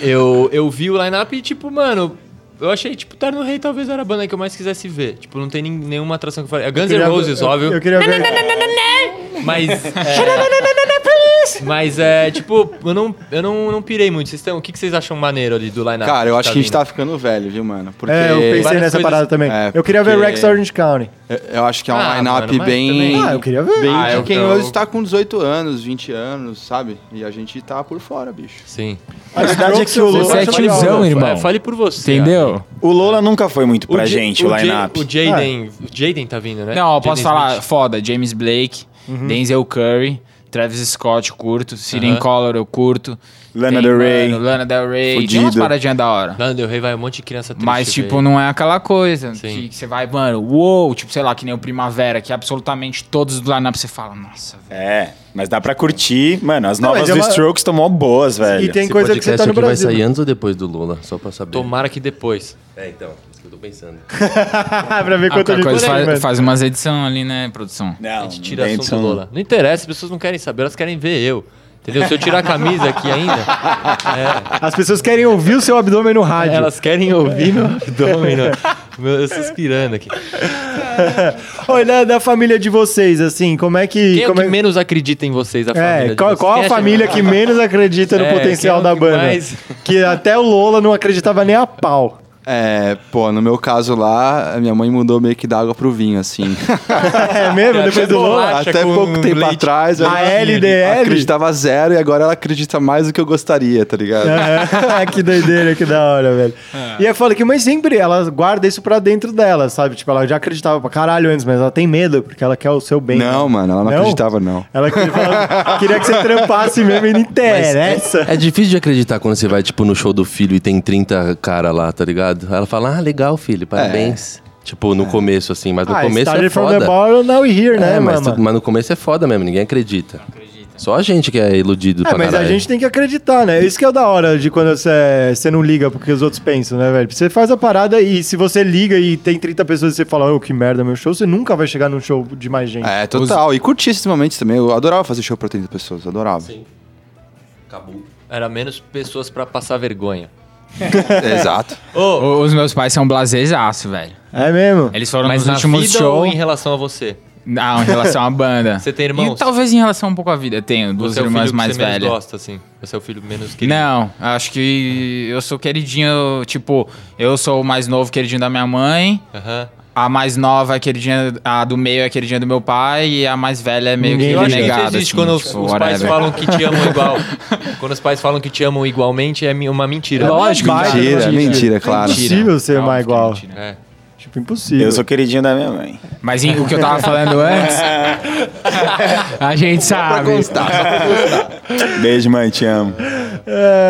A: eu, eu vi o line-up e, tipo, mano, eu achei, tipo, Terno Rei talvez era a banda que eu mais quisesse ver. Tipo, não tem nem- nenhuma atração que eu falei. É Guns N'
B: queria-
A: Roses,
B: eu-
A: óbvio.
B: Eu queria ver.
A: Mas. é, mas é, tipo, eu não, eu não, não pirei muito. Vocês tão, o que, que vocês acham maneiro ali do line-up?
F: Cara, eu acho que a gente
A: vindo?
F: tá ficando velho, viu, mano? Porque
B: É, eu pensei
A: várias
B: nessa
A: coisas-
B: parada também.
F: É,
B: Eu queria ver
F: porque-
B: Rex Orange County.
F: eu, eu acho que é um
A: Ah,
F: line-up
A: mano, mas
F: bem.
A: também-
B: Ah, eu queria ver.
F: Bem
E: Ah,
F: de
E: eu-
F: quem
E: eu-
F: hoje tá com 18 anos, 20 anos, sabe? E a gente tá por fora, bicho.
A: Sim.
B: A verdade é que o Lula.
E: Você é tiozão, irmão.
A: É, fale por você.
E: Entendeu?
C: O Lola nunca foi muito pra
A: J-
C: gente, o,
A: J-
C: line-up.
A: O Jaden. O Jaden tá vindo, né?
E: Ah. Não, eu
A: Jaden
E: posso falar,
A: Smith.
E: foda, James Blake,
C: Uhum.
E: Denzel Curry, Travis Scott, eu curto, Siren
A: Aham.
E: Collor, eu curto.
C: Lana
E: Tem,
C: Del Rey.
E: mano, Lana Del Rey, tem umas
C: Fudido.
E: paradinhas da hora.
A: Lana Del Rey vai um monte de criança triste.
E: Mas, tipo,
A: velho.
E: não é aquela coisa
A: Sim.
E: que que você vai, mano, uou, tipo, sei lá, que nem o Primavera, que absolutamente todos do line-up você fala, nossa, velho.
C: É, mas dá pra curtir. Mano, as
B: Não,
C: novas
B: mas é
C: do
B: uma-
C: Strokes estão mó boas, velho.
B: E tem
D: Esse
B: coisa que você
D: podcast
B: tá no
D: aqui
B: Brasil.
D: vai sair antes ou depois do Lula? Só pra saber.
A: Tomara que depois.
D: É, então. Isso que eu tô pensando.
B: pra ver
E: Ah,
B: quanto
E: qualquer
B: ele
E: coisa
B: foi,
E: faz,
B: mano.
E: faz umas edições ali, né, produção?
C: Não,
A: A gente tira
C: não então- tem
A: assunto
C: edição.
A: Lola. Não interessa, as pessoas não querem saber, elas querem ver eu. Entendeu? Se eu tirar a camisa aqui ainda,
B: As pessoas querem ouvir o seu abdômen no rádio.
A: elas querem ouvir meu abdômen. né? Meu, eu suspirando aqui.
B: Olha, da, da família de vocês, assim, como é que.
A: Quem é o
B: como
A: que menos acredita em vocês, a família?
B: É,
A: de
B: qual,
A: vocês?
B: qual
A: Quem
B: a
A: acha-
B: família que menos acredita no
A: É, quem
B: potencial
A: é
B: da
A: o que
B: banda?
A: mais-
B: Que até o Lola não acreditava nem a pau.
F: É, pô, no meu caso lá, a minha mãe mudou meio que da água pro vinho, assim.
B: É mesmo?
A: Até
B: Depois do Lola?
A: bolacha.
F: Até
A: com
F: pouco tempo
A: leite.
F: atrás,
B: A
F: ela
B: LDL?
F: acreditava zero e agora ela acredita mais do que eu gostaria, tá ligado?
B: É, que doideira, que da hora, velho.
A: É.
B: E eu falo que mãe sempre, ela guarda isso pra dentro dela, sabe? Tipo, ela já acreditava pra caralho antes, mas ela tem medo, porque ela quer o seu bem.
F: Não, mano, ela não, acreditava, não.
B: Ela queria, ela queria que você trampasse mesmo e não interessa.
D: É difícil de acreditar quando você vai, tipo, no show do filho e tem 30 cara lá, tá ligado? Aí Ela fala, ah, legal, filho, parabéns. Tipo, no começo, assim, mas no
B: Ah,
D: começo
B: started
D: é
B: from the
D: foda.
B: bottom, now we're here,
D: É,
B: né,
D: mas,
B: mama?
D: tu- mas no começo é foda mesmo, ninguém acredita. Só a gente que é iludido
B: É,
D: pra
B: mas a
D: caralho.
B: gente tem que acreditar, né? Isso que é o da hora de quando você, você não liga porque os outros pensam, né, velho? Você faz a parada e se você liga e tem 30 pessoas e você fala, ô, que merda, meu show, você nunca vai chegar num show de mais gente.
F: É, total. E curti esses momentos também. Eu adorava fazer show pra 30 pessoas, adorava.
A: Era menos pessoas pra passar vergonha.
F: Exato.
A: Ô,
E: O- Os meus pais são blazezaço, velho.
B: É mesmo?
E: Eles foram
A: mas
E: nos
A: na
E: últimos
A: vida ou
E: shows.
A: em relação a você?
E: Ah, em relação à banda.
A: Você tem irmãos?
E: E talvez em relação um pouco à vida. Eu Tenho duas
A: Você é o filho
E: irmãs
A: que
E: mais
A: você menos
E: velhas.
A: gosta, assim. Você é o filho menos querido.
E: Não, acho que eu sou queridinho, tipo, eu sou o mais novo queridinho da minha mãe,
A: Aham.
E: a mais nova é queridinha, a do meio é queridinha do meu pai e a mais velha é meio
B: Ninguém
E: que
A: Eu acho que
E: renegada.
A: isso existe
E: assim,
A: quando os,
E: tipo,
A: os pais
E: whatever.
A: falam que te amam igual. quando os pais falam que te amam igualmente, é mi- uma mentira.
B: Lógico,
F: mentira, mentira, claro.
B: Mentira. É impossível ser mais
E: Óbvio que
B: igual.
E: mentira.
A: É.
B: Tipo, impossível.
C: Eu sou queridinho da minha mãe.
E: Mas em- o que eu tava falando antes, a gente sabe.
C: Beijo, mãe, te amo.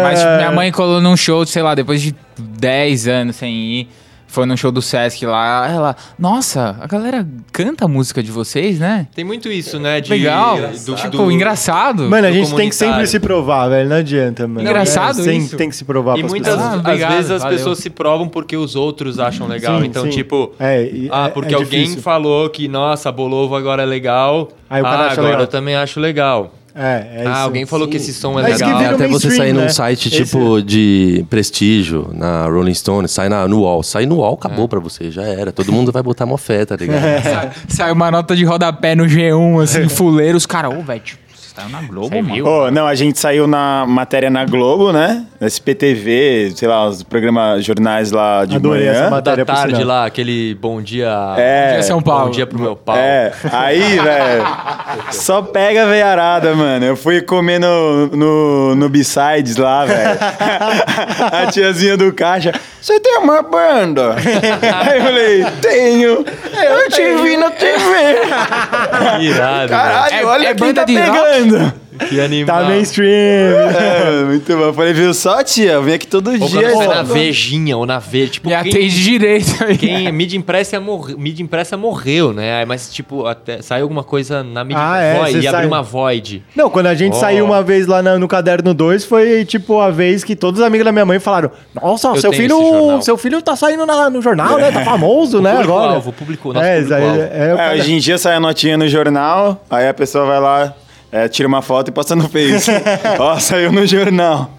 E: Mas tipo, minha mãe colou num show, sei lá, depois de 10 anos sem ir. Foi num show do Sesc lá. Ela, nossa, a galera canta a música de vocês, né?
A: Tem muito isso, né? De,
E: Legal.
A: do-
E: tipo,
A: do-
E: engraçado.
B: Mano, a
A: do
B: gente tem que sempre
A: comunitário.
B: se provar, velho. Não adianta, mano.
E: Engraçado
B: Sempre
E: isso.
B: tem que se provar
A: E
B: pras
A: muitas
B: pessoas.
E: Ah,
A: às
E: obrigado,
A: vezes as
E: valeu.
A: pessoas se provam porque os outros acham legal.
B: Sim,
A: então,
B: sim.
A: tipo,
B: É, e-
A: ah,
B: é-
A: porque
B: é
A: alguém
B: difícil.
A: falou que, nossa, Bolovo agora é legal.
B: Aí o cara
A: ah,
B: acha
A: agora
B: legal.
A: eu também acho legal.
B: É, é isso.
A: ah, alguém falou que esse som é
B: Mas que
A: legal.
B: vira
D: É, até você
B: tá mainstream,
D: sair num
B: né?
D: site
B: Esse-
D: tipo de prestígio, na Rolling Stone, sai na, no UOL. Sai no UOL, acabou pra você, já era. Todo mundo vai botar mó fé, tá ligado?
E: Sai uma nota de rodapé no G1, assim, fuleiro. Os caras, ô, velho, tipo, você saiu na Globo, mano.
C: Ô, não, a gente saiu na matéria na Globo, né? Na SPTV, sei lá, os programas, jornais lá de
B: Adorei
C: manhã.
B: essa matéria,
A: da
B: por
A: tarde
B: sinal.
A: lá, aquele bom dia.
C: É.
E: Dia São
A: Bom
E: Paulo.
A: dia pro meu pau.
C: É, aí, velho, só pega a veiarada, mano. Eu fui comer no, no, no B-Sides lá, velho. A tiazinha do caixa, você tem uma banda? Aí eu falei, tenho. Eu te vi na TV.
A: Que irado,
C: Caralho,
E: É-
C: olha
E: é
C: quem
E: banda
C: tá
E: de rock?
C: pegando.
A: velho. Que animal.
B: Tá mainstream.
C: É, muito bom. Eu falei, viu só, tia? Eu vim aqui todo
A: Ou
C: dia.
A: quando vai
C: essa
A: na
C: banda."
A: vejinha ou na V, tipo,
E: Me
A: quem,
E: atende direito aí.
A: quem mídia impressa morreu, mídia impressa morreu, né? Aí, Mas tipo, até saiu alguma coisa na mídia
B: Ah, é,
A: void,
B: você
A: e
B: sai-
A: abriu uma void.
B: Não, quando a gente
A: Ó.
B: saiu uma vez lá na- no Caderno 2, foi tipo a vez que todos os amigos da minha mãe falaram: Nossa,
A: tenho
B: seu filho,
A: esse jornal."
B: seu filho tá saindo na- no jornal, né? Tá famoso, né?
A: público
B: Agora.
A: alvo, o público- nosso
B: é,
A: público
B: é,
A: alvo.
B: é, o
C: É,
B: cara-
C: hoje em dia sai a notinha no jornal, aí a pessoa vai lá, é, tira uma foto e posta no Face. Ó, saiu no jornal.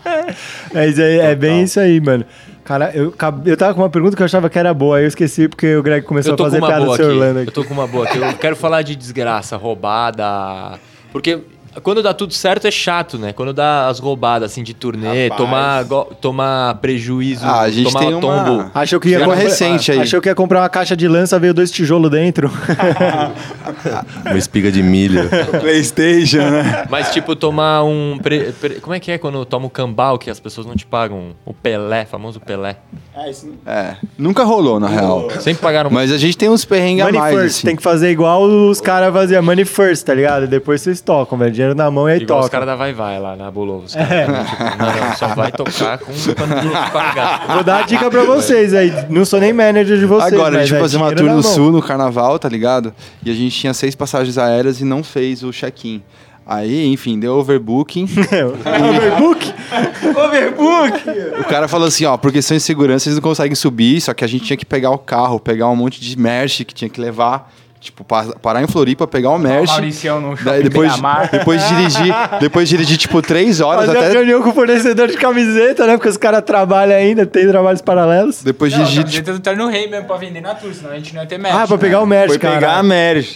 B: é isso aí, é bem isso aí, mano. Cara, eu, acab- eu tava com uma pergunta que eu achava que era boa, aí eu esqueci porque o Greg começou
A: Eu
B: a
A: tô com
B: fazer
A: uma
B: piada do
A: boa aqui.
B: seu Orlando
A: Eu tô com uma boa aqui. Eu quero falar de desgraça, roubada. Porque quando dá tudo certo é chato, né? Quando dá as roubadas assim de turnê,
F: Rapaz.
A: tomar, go- tomar prejuízo,
F: Ah, a gente
A: tomar
F: tem uma-
A: tombo.
B: Achou que ia
F: Tem uma
B: comprar,
F: recente aí.
B: Achou que ia comprar uma caixa de lança, veio dois tijolos dentro.
D: Uma espiga de milho.
C: Playstation, né?
A: Mas tipo, tomar um. pre- pre- Como é que é quando toma o cambal que as pessoas não te pagam? O Pelé, famoso Pelé.
F: É. Nunca rolou, na real.
A: Sempre pagaram
F: Mas a gente tem uns perrengues a
B: Money
F: mais,
B: first,
F: assim.
B: tem que fazer igual os caras faziam money first, tá ligado? Depois vocês tocam, velho. Dinheiro na mão e aí
A: Igual os
B: toca.
A: caras da Vai Vai lá na Bolovo. Os
D: É.
A: caras, né? Tipo, não, não, só vai tocar com um quando te pagar.
B: Vou dar a dica pra vocês aí. Não sou nem manager de vocês.
F: Agora, a
B: mas
F: gente
B: é
F: foi fazer uma
B: dinheiro na
F: tour no
B: mão.
F: sul no carnaval, tá ligado? E a gente tinha seis passagens aéreas e não fez o check-in. Aí, enfim, deu overbooking.
B: É um Overbook?
F: o cara falou assim, ó, por questão de segurança, vocês não conseguem subir, só que a gente tinha que pegar o carro, pegar um monte de merch que tinha que levar. Tipo, pa- parar em Floripa, pegar é o merch.
E: Mauricião É, no
F: Daí
E: shopping
F: depois,
E: Beira-Mar.
F: depois dirigir, depois dirigir, tipo, três horas
B: Fazer a
F: até.
B: reunião com o fornecedor de camiseta, né? Porque os caras trabalham ainda, tem trabalhos paralelos.
F: Depois
E: Não,
F: dirigir,
E: tá
F: tipo,
E: tentando entrar no rei mesmo pra vender na Tour, senão a gente não ia ter match.
B: Ah, pra
E: né?
B: pegar o merch,
C: Foi pegar a
B: cara.
C: Mary.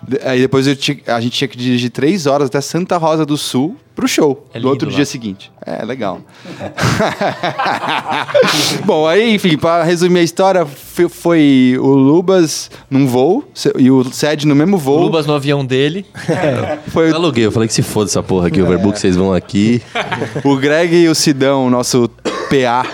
F: De- Aí depois eu tinha- a gente tinha que dirigir três horas até Santa Rosa do Sul pro show.
A: É
F: do outro
A: lindo lá.
F: dia seguinte. É, legal. Bom, aí, enfim, pra resumir a história, f- foi o Lubas num voo se- e o Sed no mesmo
D: um
F: voo.
A: Lubas no avião dele.
F: Foi
D: Eu aluguei, eu falei que se foda essa porra aqui,
A: É.
D: overbook, vocês vão aqui.
F: o, o Greg e o Sidão, nosso PA.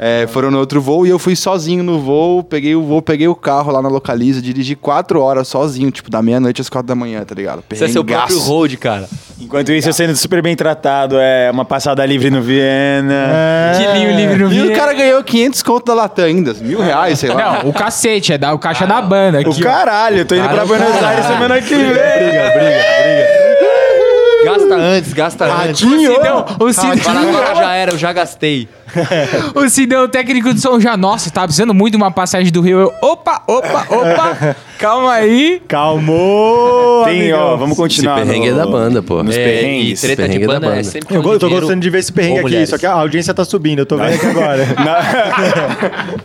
F: é, foram no outro voo e eu fui sozinho no voo, peguei o voo, peguei o carro lá na localiza, dirigi quatro horas sozinho, tipo, da meia-noite às quatro da manhã, tá ligado?
A: Você é seu próprio
F: Perrengaço.
A: road, cara.
C: Enquanto isso, eu sendo super bem tratado. É uma passada livre no Viena.
B: É.
E: Tilinho livre no
F: E o
E: Vila.
F: cara ganhou 500 conto da Latam ainda, mil reais, sei lá.
E: Não, o cacete, é da, o caixa da banda aqui.
C: O caralho, eu tô indo pra Buenos Aires semana que vem.
A: Gasta Gasta antes, gasta
D: Ah,
A: antes.
B: Ratinho!
E: Sidão, o Sidão-
A: Fala, agora já era, eu já gastei.
E: O Sidão, o técnico de som já, nossa, tá precisando muito de uma passagem do Rio. Eu, opa, opa, opa, calma aí.
B: Calmou!
C: Tem,
B: amigão.
C: ó, vamos continuar.
D: Esse perrengue
C: no-
D: é da banda, pô.
C: Nos
D: É,
C: perrengues.
A: e treta de
D: perrengue da
A: banda é
D: banda.
A: sempre
B: Eu
A: quando
B: go- tô
A: dinheiro
B: gostando de ver esse perrengue
A: ou
B: aqui,
A: mulheres.
B: só que a audiência tá subindo, eu tô vendo aqui agora.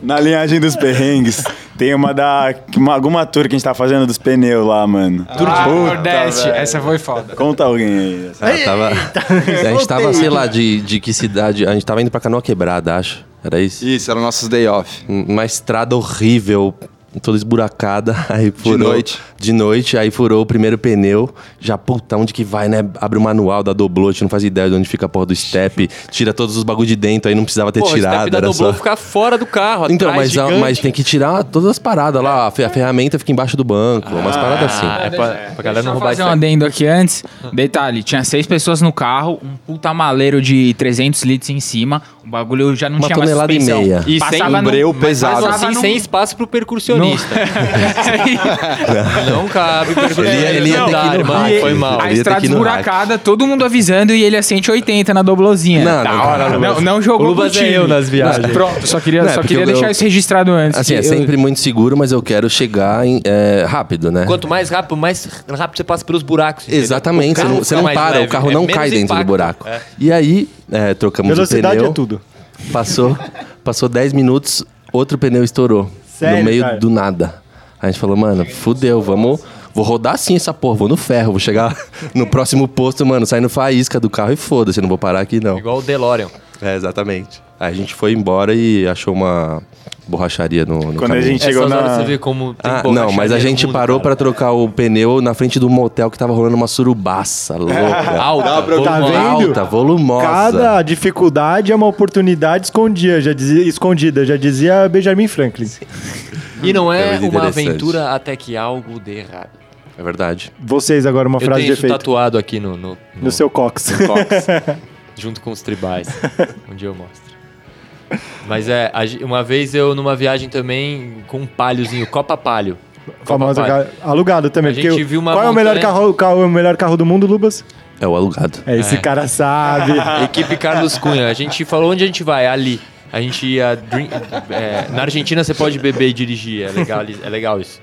C: Na, na linhagem dos perrengues, tem uma da. Uma, alguma tour que a gente tá fazendo dos pneus lá, mano. Tour de
E: Ah,
C: puta,
E: Nordeste,
C: velho.
E: essa foi foda.
C: Conta alguém aí. essa.
D: Cara, tava- a gente tava, sei lá, de, de que cidade. A gente tava indo pra Canoa Quebrada, acho. Era isso? Um-
F: Isso, eram nossos day off.
D: Uma estrada horrível, toda esburacada. Aí furou.
F: noite.
D: De noite, aí furou o primeiro pneu. Já, puta, onde que vai, né? Abre o manual da Doblô, a gente não faz ideia de onde fica a porra do step. Tira todos os bagulho de dentro, aí não precisava ter
A: Pô, o
D: tirado.
A: step da
D: era
A: Doblô
D: só...
A: ficar fora do carro,
D: Então,
A: atrás,
D: mas, a-
A: gigante.
D: mas tem que tirar todas as paradas lá. A, fe- a ferramenta fica embaixo do banco, umas paradas assim.
A: Ah, é pra, pra galera
E: Deixa
A: não
E: eu
A: roubar Hum.
E: fazer um
A: step.
E: adendo aqui antes. Detalhe, tinha seis pessoas no carro, um puta maleiro de 300 litros em cima, o bagulho já não
D: Uma
E: tinha mais
D: tonelada e
E: suspensão.
D: meia.
A: E
E: Passava
A: sem
E: num-
F: breu
E: mas
F: pesado.
A: Mas
E: passava
A: assim,
E: num-
A: sem espaço pro percursionista. Não cabe
D: Ele ia-
A: percursionista.
D: ele ia
A: Não
D: ter que ir
A: dá,
D: no
A: irmão,
D: hack.
A: Foi mal.
D: Ele
E: A
D: ia ter
E: estrada
D: que ir no
E: esburacada, todo mundo avisando e ele a 180 na doblozinha.
D: Não,
E: Da
D: não,
E: hora,
D: não,
E: não, não
A: O
E: jogou
A: Lubas
E: pro
A: é
E: time.
A: eu nas viagens.
E: Pronto, só queria,
D: Não, é
E: só
D: porque
E: queria
D: eu-
E: deixar
D: eu-
E: isso registrado antes.
D: Assim,
E: que
D: é
E: eu-
D: sempre muito seguro, mas eu quero chegar em, é, rápido, né?
A: Quanto mais rápido, mais rápido você passa pelos buracos. entendeu? O
D: Exatamente, você
A: carro
D: não,
A: fica
D: você não
A: mais
D: para,
A: leve,
D: o carro
A: é
D: não
A: menos
D: cai dentro do
A: impacto.
D: buraco.
A: É.
D: E aí, é, trocamos
B: Velocidade
D: o pneu.
B: é tudo.
D: Passou, passou 10 minutos, outro pneu estourou.
B: Sério,
D: no meio
B: cara?
D: do nada. A gente falou, mano, fudeu, vamos. Vou rodar sim essa porra, vou no ferro, vou chegar no próximo posto, mano, saindo faísca do carro e foda-se, não vou parar aqui não.
A: Igual o DeLorean.
D: É, exatamente. Aí a gente foi embora e achou uma borracharia no, no
C: Quando a
D: caminho.
C: gente chegou
A: Essas horas
C: na.
A: você vê como tem
D: Ah,
A: borracharia
D: não, mas a
A: no
D: gente
A: mundo,
D: parou
A: cara.
D: pra trocar o pneu na frente de um motel que tava rolando uma surubaça louca.
A: Alta,
B: Tá
A: volumosa.
B: vendo?
D: Alta, volumosa.
B: Cada dificuldade é uma oportunidade escondia, já dizia- escondida, já dizia Benjamin Franklin.
A: E não é
D: Talvez
A: uma
D: interessante.
A: aventura até que algo dê errado.
D: É verdade.
B: Vocês agora, uma
A: Eu
B: frase de
A: tenho isso
B: efeito.
A: tatuado aqui no, no,
B: No seu cox.
A: Cox, junto com os tribais. Um dia eu mostro. Mas é, a ge- uma vez eu numa viagem também com um palhozinho, Copa Palho. Copa
B: Famosa
A: Palio.
B: ga- alugado também.
A: A
B: porque
A: gente
B: o-
A: viu uma
B: qual, é o melhor
A: montanha-
B: carro, qual é o melhor carro do mundo, Lubas?
D: É o alugado.
B: É, esse cara sabe.
A: Equipe Carlos Cunha. A gente falou onde a gente vai, ali. A gente ia. drink- é, na Argentina você pode beber e dirigir, é legal, ali- é legal isso.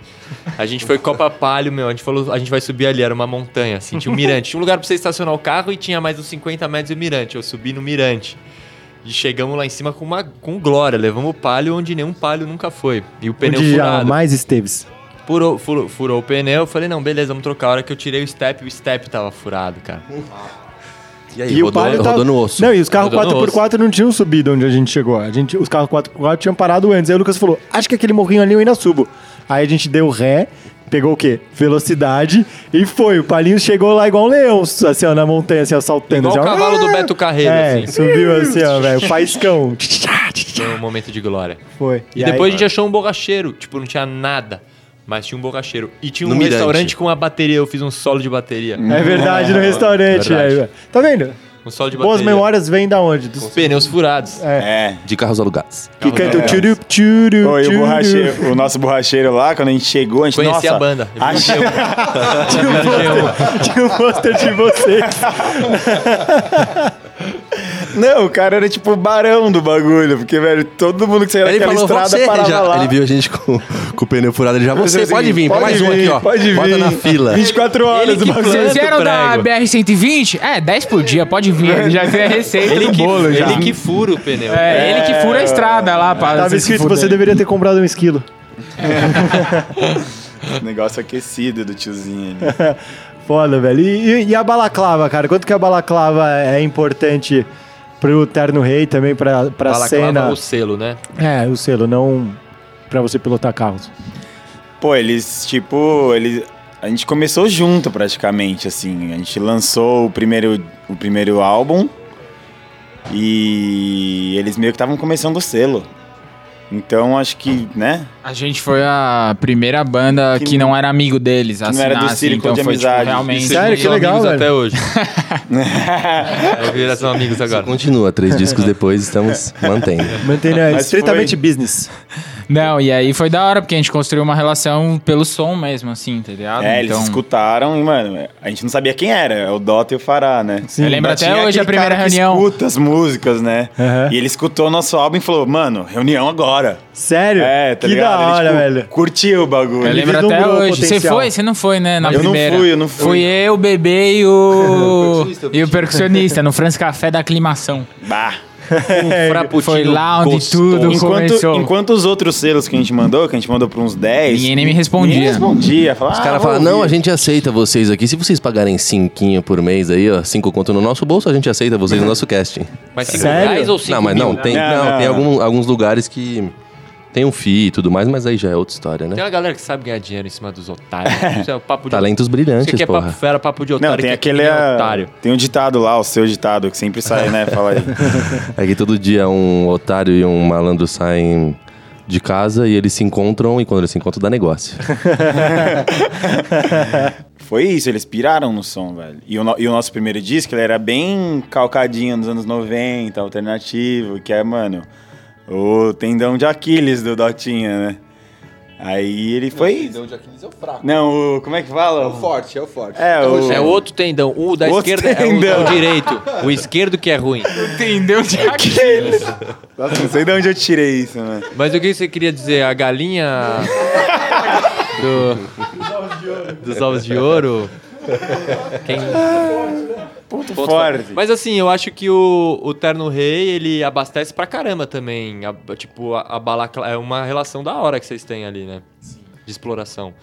A: A gente foi Copa Palho, meu. A gente falou, a gente vai subir ali, era uma montanha, assim, tinha um mirante. Tinha um lugar pra você estacionar o carro e tinha mais uns 50 metros de mirante. Eu subi no mirante. E chegamos lá em cima com, uma, com glória. Levamos o palho onde nenhum palho nunca foi. E o pneu
B: Onde
A: furado.
B: jamais esteve.
A: Furou, furou, furou o pneu. Eu falei, não, beleza, vamos trocar. A hora que eu tirei o step, o step tava furado, cara.
D: E tá- aí, rodou,
B: Palio
D: rodou
B: tava-
D: no osso.
B: Não, e os carros
A: Rodou no
B: 4x4 não tinham subido onde a gente chegou. A gente, os carros 4x4 tinham parado antes. Aí o Lucas falou: Acho que aquele morrinho ali eu ainda subo. Aí a gente deu ré, pegou o quê? Velocidade e foi. O Palinho chegou lá igual um leão, assim, ó, na montanha, assim, assaltando.
A: Igual o cavalo do Beto Carreiro,
B: É,
A: assim.
B: subiu assim, ó, velho. Faiscão.
A: Foi um momento de glória.
B: Foi.
A: E, depois a gente achou um borracheiro. Tipo, não tinha nada. Mas tinha um borracheiro. E tinha um
D: No mirante.
A: restaurante com uma bateria. Eu fiz um solo de bateria.
B: É verdade, no restaurante.
A: Ah, Verdade.
B: aí, velho. tá vendo?
A: Um solo de bateria.
B: Boas memórias vêm da onde? Dos
A: Com Pneus furados.
C: É.
D: De carros alugados.
B: que cantam
C: É.
B: tchurup, tchurup,
C: Oi, o,
B: tchurup.
C: borracheiro, o nosso borracheiro lá, quando a gente chegou, a gente.
A: Conheci
C: nossa,
A: a banda. Eu um vi
C: Achei,
B: Tinha um pôster- Tinha um pôster de vocês.
C: Não, o cara era tipo o barão do bagulho, porque, velho, todo mundo que saía
D: Ele
C: daquela
D: falou,
C: estrada
D: você,
C: parava
D: já-
C: lá.
D: ele viu a gente com, com o pneu furado, ele já,
C: Eu
D: você
C: disse
D: pode
C: assim,
D: vir,
C: pode
D: mais um aqui,
C: vir,
D: ó.
C: Pode vir.
D: Bota na fila.
C: 24 horas
A: Ele
C: do
A: que
C: bagulho.
E: Vocês vieram da
A: prego.
E: BR-120? É, 10 por dia, pode vir. Já tem a receita
A: Ele
E: do
A: que,
E: bolo já.
A: ele que fura o pneu.
E: É, ele que fura a estrada lá pra
B: Tava
E: vocês se
B: escrito, você
E: fuderem.
B: deveria ter comprado um esquilo.
C: Negócio aquecido do tiozinho. ali.
B: Foda, velho. E, e- e a balaclava, cara? Quanto que a balaclava é importante pro Terno Rei também, pra, pra
A: Balaclava
B: cena?
A: o selo, né?
B: É, o selo, não pra você pilotar carros.
C: Pô, eles, tipo, eles. A gente começou junto praticamente, assim. A gente lançou o primeiro, o primeiro álbum e eles meio que estavam começando o selo. Então acho que, né?
E: A gente foi a primeira banda que,
C: Que
E: não era amigo deles. assim, Que
C: não era do círculo de
E: foi, tipo,
C: amizade. é
E: realmente.
A: Vocês
B: Sério, que
A: são
B: legal,
A: amigos
B: velho.
A: até hoje. é, viraram são amigos agora.
D: Continua, três discos depois estamos mantendo.
B: Mantendo é,
C: Mas
B: estritamente business.
E: Não, e aí foi da hora, porque a gente construiu uma relação pelo som mesmo, assim, tá
D: Ah,
E: ligado?
C: É,
D: então.
C: eles escutaram e, mano, a gente não sabia quem era. É o Dota e o Fará, né?
E: Eu lembro
C: Ainda
E: até
C: tinha
E: hoje a
C: aquele
E: primeira
C: cara que
E: reunião.
C: escuta as músicas, né?
B: Aham.
C: E ele escutou o nosso álbum e falou, mano, reunião agora.
B: Sério?
C: É, tá
B: que
C: ligado?
B: da
C: Ele,
B: hora,
C: tipo,
B: velho.
C: Curtiu o bagulho.
E: Eu
B: Ele
E: lembro até
B: vislumbrou o
E: hoje. Você
B: potencial.
E: foi? Você não foi, né? Na
C: Eu não
E: primeira.
C: fui, eu não fui.
E: Fui eu, o bebê e o. e o percussionista no France Café da Aclimação.
C: Bah. É,
A: Frappuccino
E: Foi lá onde
A: gostoso.
E: tudo
C: Enquanto,
E: começou.
C: enquanto os outros selos que a gente mandou, que a gente mandou pra uns 10...
E: Ninguém nem me respondia.
C: Ninguém respondia. Falava, "Ah,
D: Os caras falam, não, a gente aceita vocês aqui. Se vocês pagarem cinquinho por mês aí, ó, cinco conto no nosso bolso, a gente aceita vocês no nosso casting.
A: Mas cinco
B: Sério?
A: reais ou cinco
D: não, mas não,
A: mil?
D: tem, né?
C: Não,
D: não,
C: não,
D: tem
C: não.
D: algum- alguns lugares que tem um FII e tudo mais, mas aí já é outra história,
A: Tem
D: né?
A: uma galera que sabe ganhar dinheiro em cima dos otários. Isso é o papo de
D: Talentos
A: Isso aqui
D: brilhantes,
A: é papo
D: porra.
A: fera, papo de otário.
C: Não, tem
A: que
C: aquele...
A: é
C: ah,
A: otário.
C: Tem um ditado lá, o seu ditado, que sempre sai, né? Fala aí.
D: Aqui É todo dia um otário e um malandro saem de casa e eles se encontram e quando eles se encontram dá negócio.
C: Foi isso, eles piraram no som, velho. E o, no- e o nosso primeiro disco, ele era bem calcadinho nos anos 90, alternativo, que é, mano, o tendão de Aquiles do Dotinha, né? Aí ele foi.
F: de Aquiles é o fraco.
C: Não, o. Como é que fala?
F: forte, é o forte.
C: É, o.
A: É outro tendão. O da
C: Outro
A: esquerda é o- é o,
C: tendão.
A: direito. O esquerdo que é ruim.
E: Entendeu, Jack?
C: Nossa, não sei de onde eu tirei isso, né?
A: Mas o que você queria dizer? A galinha do... dos ovos de ouro? Quem... Ponto
C: Ponto, forte.
A: Mas assim, eu acho que o, o Terno Rei, ele abastece pra caramba também. A- tipo, a, a balacla... É uma relação da hora que vocês têm ali, né? De exploração.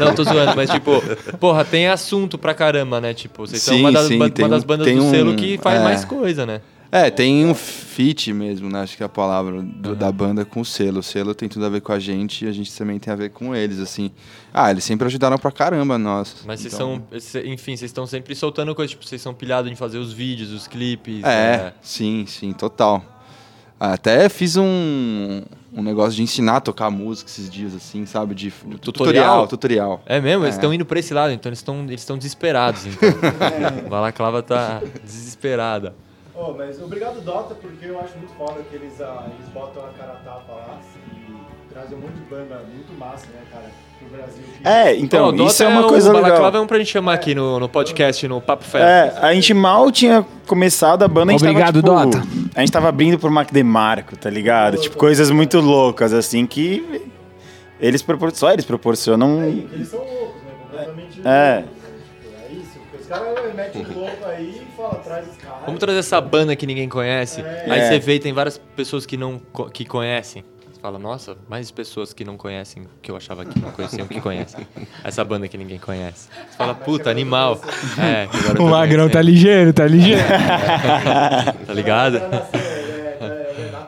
A: Não, tô zoando, mas tipo, porra, tem assunto pra caramba, né? Tipo, vocês são
F: Sim,
A: uma das,
F: sim,
A: ban-
F: tem
A: uma das
F: um-
A: bandas
F: tem
A: do
F: um-
A: selo que faz
F: é.
A: mais coisa, né?
F: É, tem um fit mesmo, né? Acho que é a palavra do- da banda com o selo. O selo tem tudo a ver com a gente e a gente também tem a ver com eles, assim. Ah, eles sempre ajudaram pra caramba nós.
A: Mas vocês
F: Então,
A: são. cê- Enfim, vocês estão sempre soltando coisa, tipo, vocês são pilhados em fazer os vídeos, os clipes.
F: É,
A: né?
F: sim, sim, total. Até fiz um, um negócio de ensinar a tocar música esses dias, assim, sabe? De, de
A: Tutorial?
F: tutorial, tutorial.
A: É mesmo? Eles
F: É.
A: estão indo pra esse lado, então eles estão eles tão desesperados. Então. Balaclava tá desesperada.
B: Ô, mas obrigado, Dota, porque eu acho muito foda que eles, ah, eles botam a cara a tapa lá e trazem um monte de banda muito massa, né, cara, pro Brasil. que-
C: É, então,
A: Ó, o
C: isso
A: Dota
C: é uma
A: um-
C: coisa
A: o Balaclava um
C: legal.
A: é um pra gente chamar aqui no, no podcast, no Papo Fera.
C: É, a gente mal tinha começado a banda. A gente
E: Obrigado,
C: tava, tipo,
E: Dota.
C: A gente tava abrindo pro Mac DeMarco, tá ligado? Tipo, coisas muito loucas, assim, que eles propor... só eles proporcionam.
B: Eles são loucos, né, completamente
C: É.
B: loucos. É isso, porque os caras metem o louco aí e falam, traz esse cara.
A: Vamos trazer essa banda que ninguém conhece. Aí
C: É.
A: você vê e tem várias pessoas que não co- que conhecem. Você fala, nossa, mais pessoas que não conhecem, que eu achava que não conheciam, que conhecem. Essa banda que ninguém conhece. Você fala, puta, animal. É, que agora eu tô
E: O magrão tá
A: conhecendo.
E: ligeiro, tá ligeiro.
A: Tá ligado?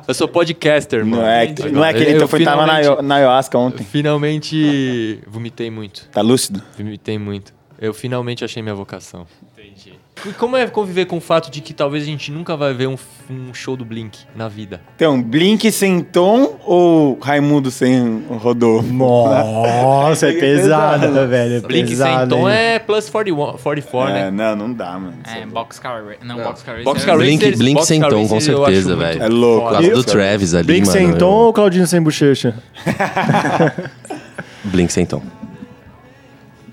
A: Eu sou podcaster, mano.
C: Não é, não é aquele
A: Eu
C: então foi tava na,
A: finalmente-
C: aio- na ayahuasca ontem.
A: Finalmente vomitei muito.
C: Tá lúcido?
A: Vomitei muito. Eu finalmente achei minha vocação. Entendi. E como é conviver com o fato de que talvez a gente nunca vai ver um, f- um show do Blink na vida?
C: Então, Blink sem Tom ou Raimundo sem Rodolfo?
B: Nossa, é pesado, né, velho? É
A: Blink sem
B: pesado,
A: tom
B: hein?
A: é plus 41, 44,
C: É,
A: né?
C: não, não dá, mano.
E: É, Boxcar Ra- Não, Boxcar Racer.
A: Boxcar
E: é-
D: Blink,
A: Racers-
D: Blink sem
A: Boxcar
D: tom, com
A: Racers eu
D: certeza,
A: acho muito
D: velho.
C: É louco.
D: Por causa do
C: Eu-
D: Travis ali,
B: Blink
D: mano.
B: sem
D: eu-
B: tom ou Claudinho sem bochecha?
D: Blink sem tom.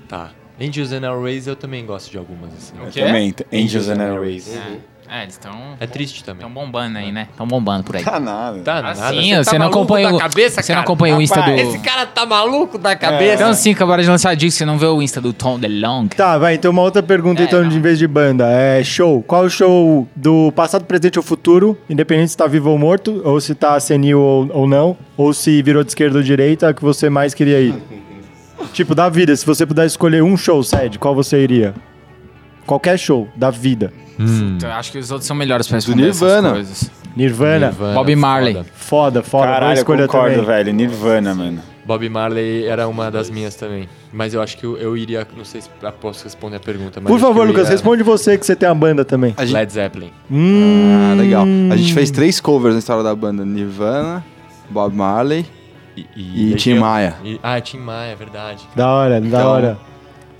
A: Tá. Angels and Airways eu também gosto de algumas, assim.
E: O quê?
C: Também, Angels and Airways.
E: É, eles estão.
A: É triste também.
E: Estão bombando aí, né? Estão bombando por aí.
C: Tá nada.
A: Tá
E: Ah,
A: nada.
E: sim,
A: Cê
E: você
A: tá
E: não
A: maluco
E: acompanha
A: da
E: o-
A: cabeça,
E: você não
A: cara?
E: acompanha o Insta
A: Rapaz,
E: do-
A: Esse cara tá maluco da cabeça.
E: Então sim, acabaram de lançar disco, você não vê o Insta do Tom DeLong.
B: Tá, vai, então uma outra pergunta,
E: É,
B: então,
E: não.
B: de em vez de banda. É show. Qual o show do passado, presente ou futuro, independente se tá vivo ou morto, ou se tá senil ou, ou não, ou se virou de esquerda ou direita, que você mais queria ir? tipo, da vida, se você puder escolher um show, Sed, qual você iria? Qualquer show da vida.
E: Então, eu acho que os outros são melhores pra responder
F: Nirvana.
E: essas coisas.
B: Nirvana.
E: Então, Bob Marley.
A: Foda.
B: Foda, foda, boa
C: Caralho, eu
B: escolha
C: concordo,
B: também.
C: velho. Nirvana, mano.
A: Bob Marley era uma das minhas também. Mas eu acho que eu, eu iria. Não sei se eu posso responder a pergunta. Mas
B: Por
A: acho que
B: favor,
A: eu
B: Lucas,
A: iria-
B: responde você que você tem a banda também. Hum,
F: A gente-
A: Led Zeppelin.
F: Ah, legal. A gente fez três covers na história da banda: Nirvana, Bob Marley
A: E,
F: e,
A: Legião.
F: Tim Maia.
A: E- ah, Tim Maia, é verdade.
B: Da hora, da
F: Então-
B: hora.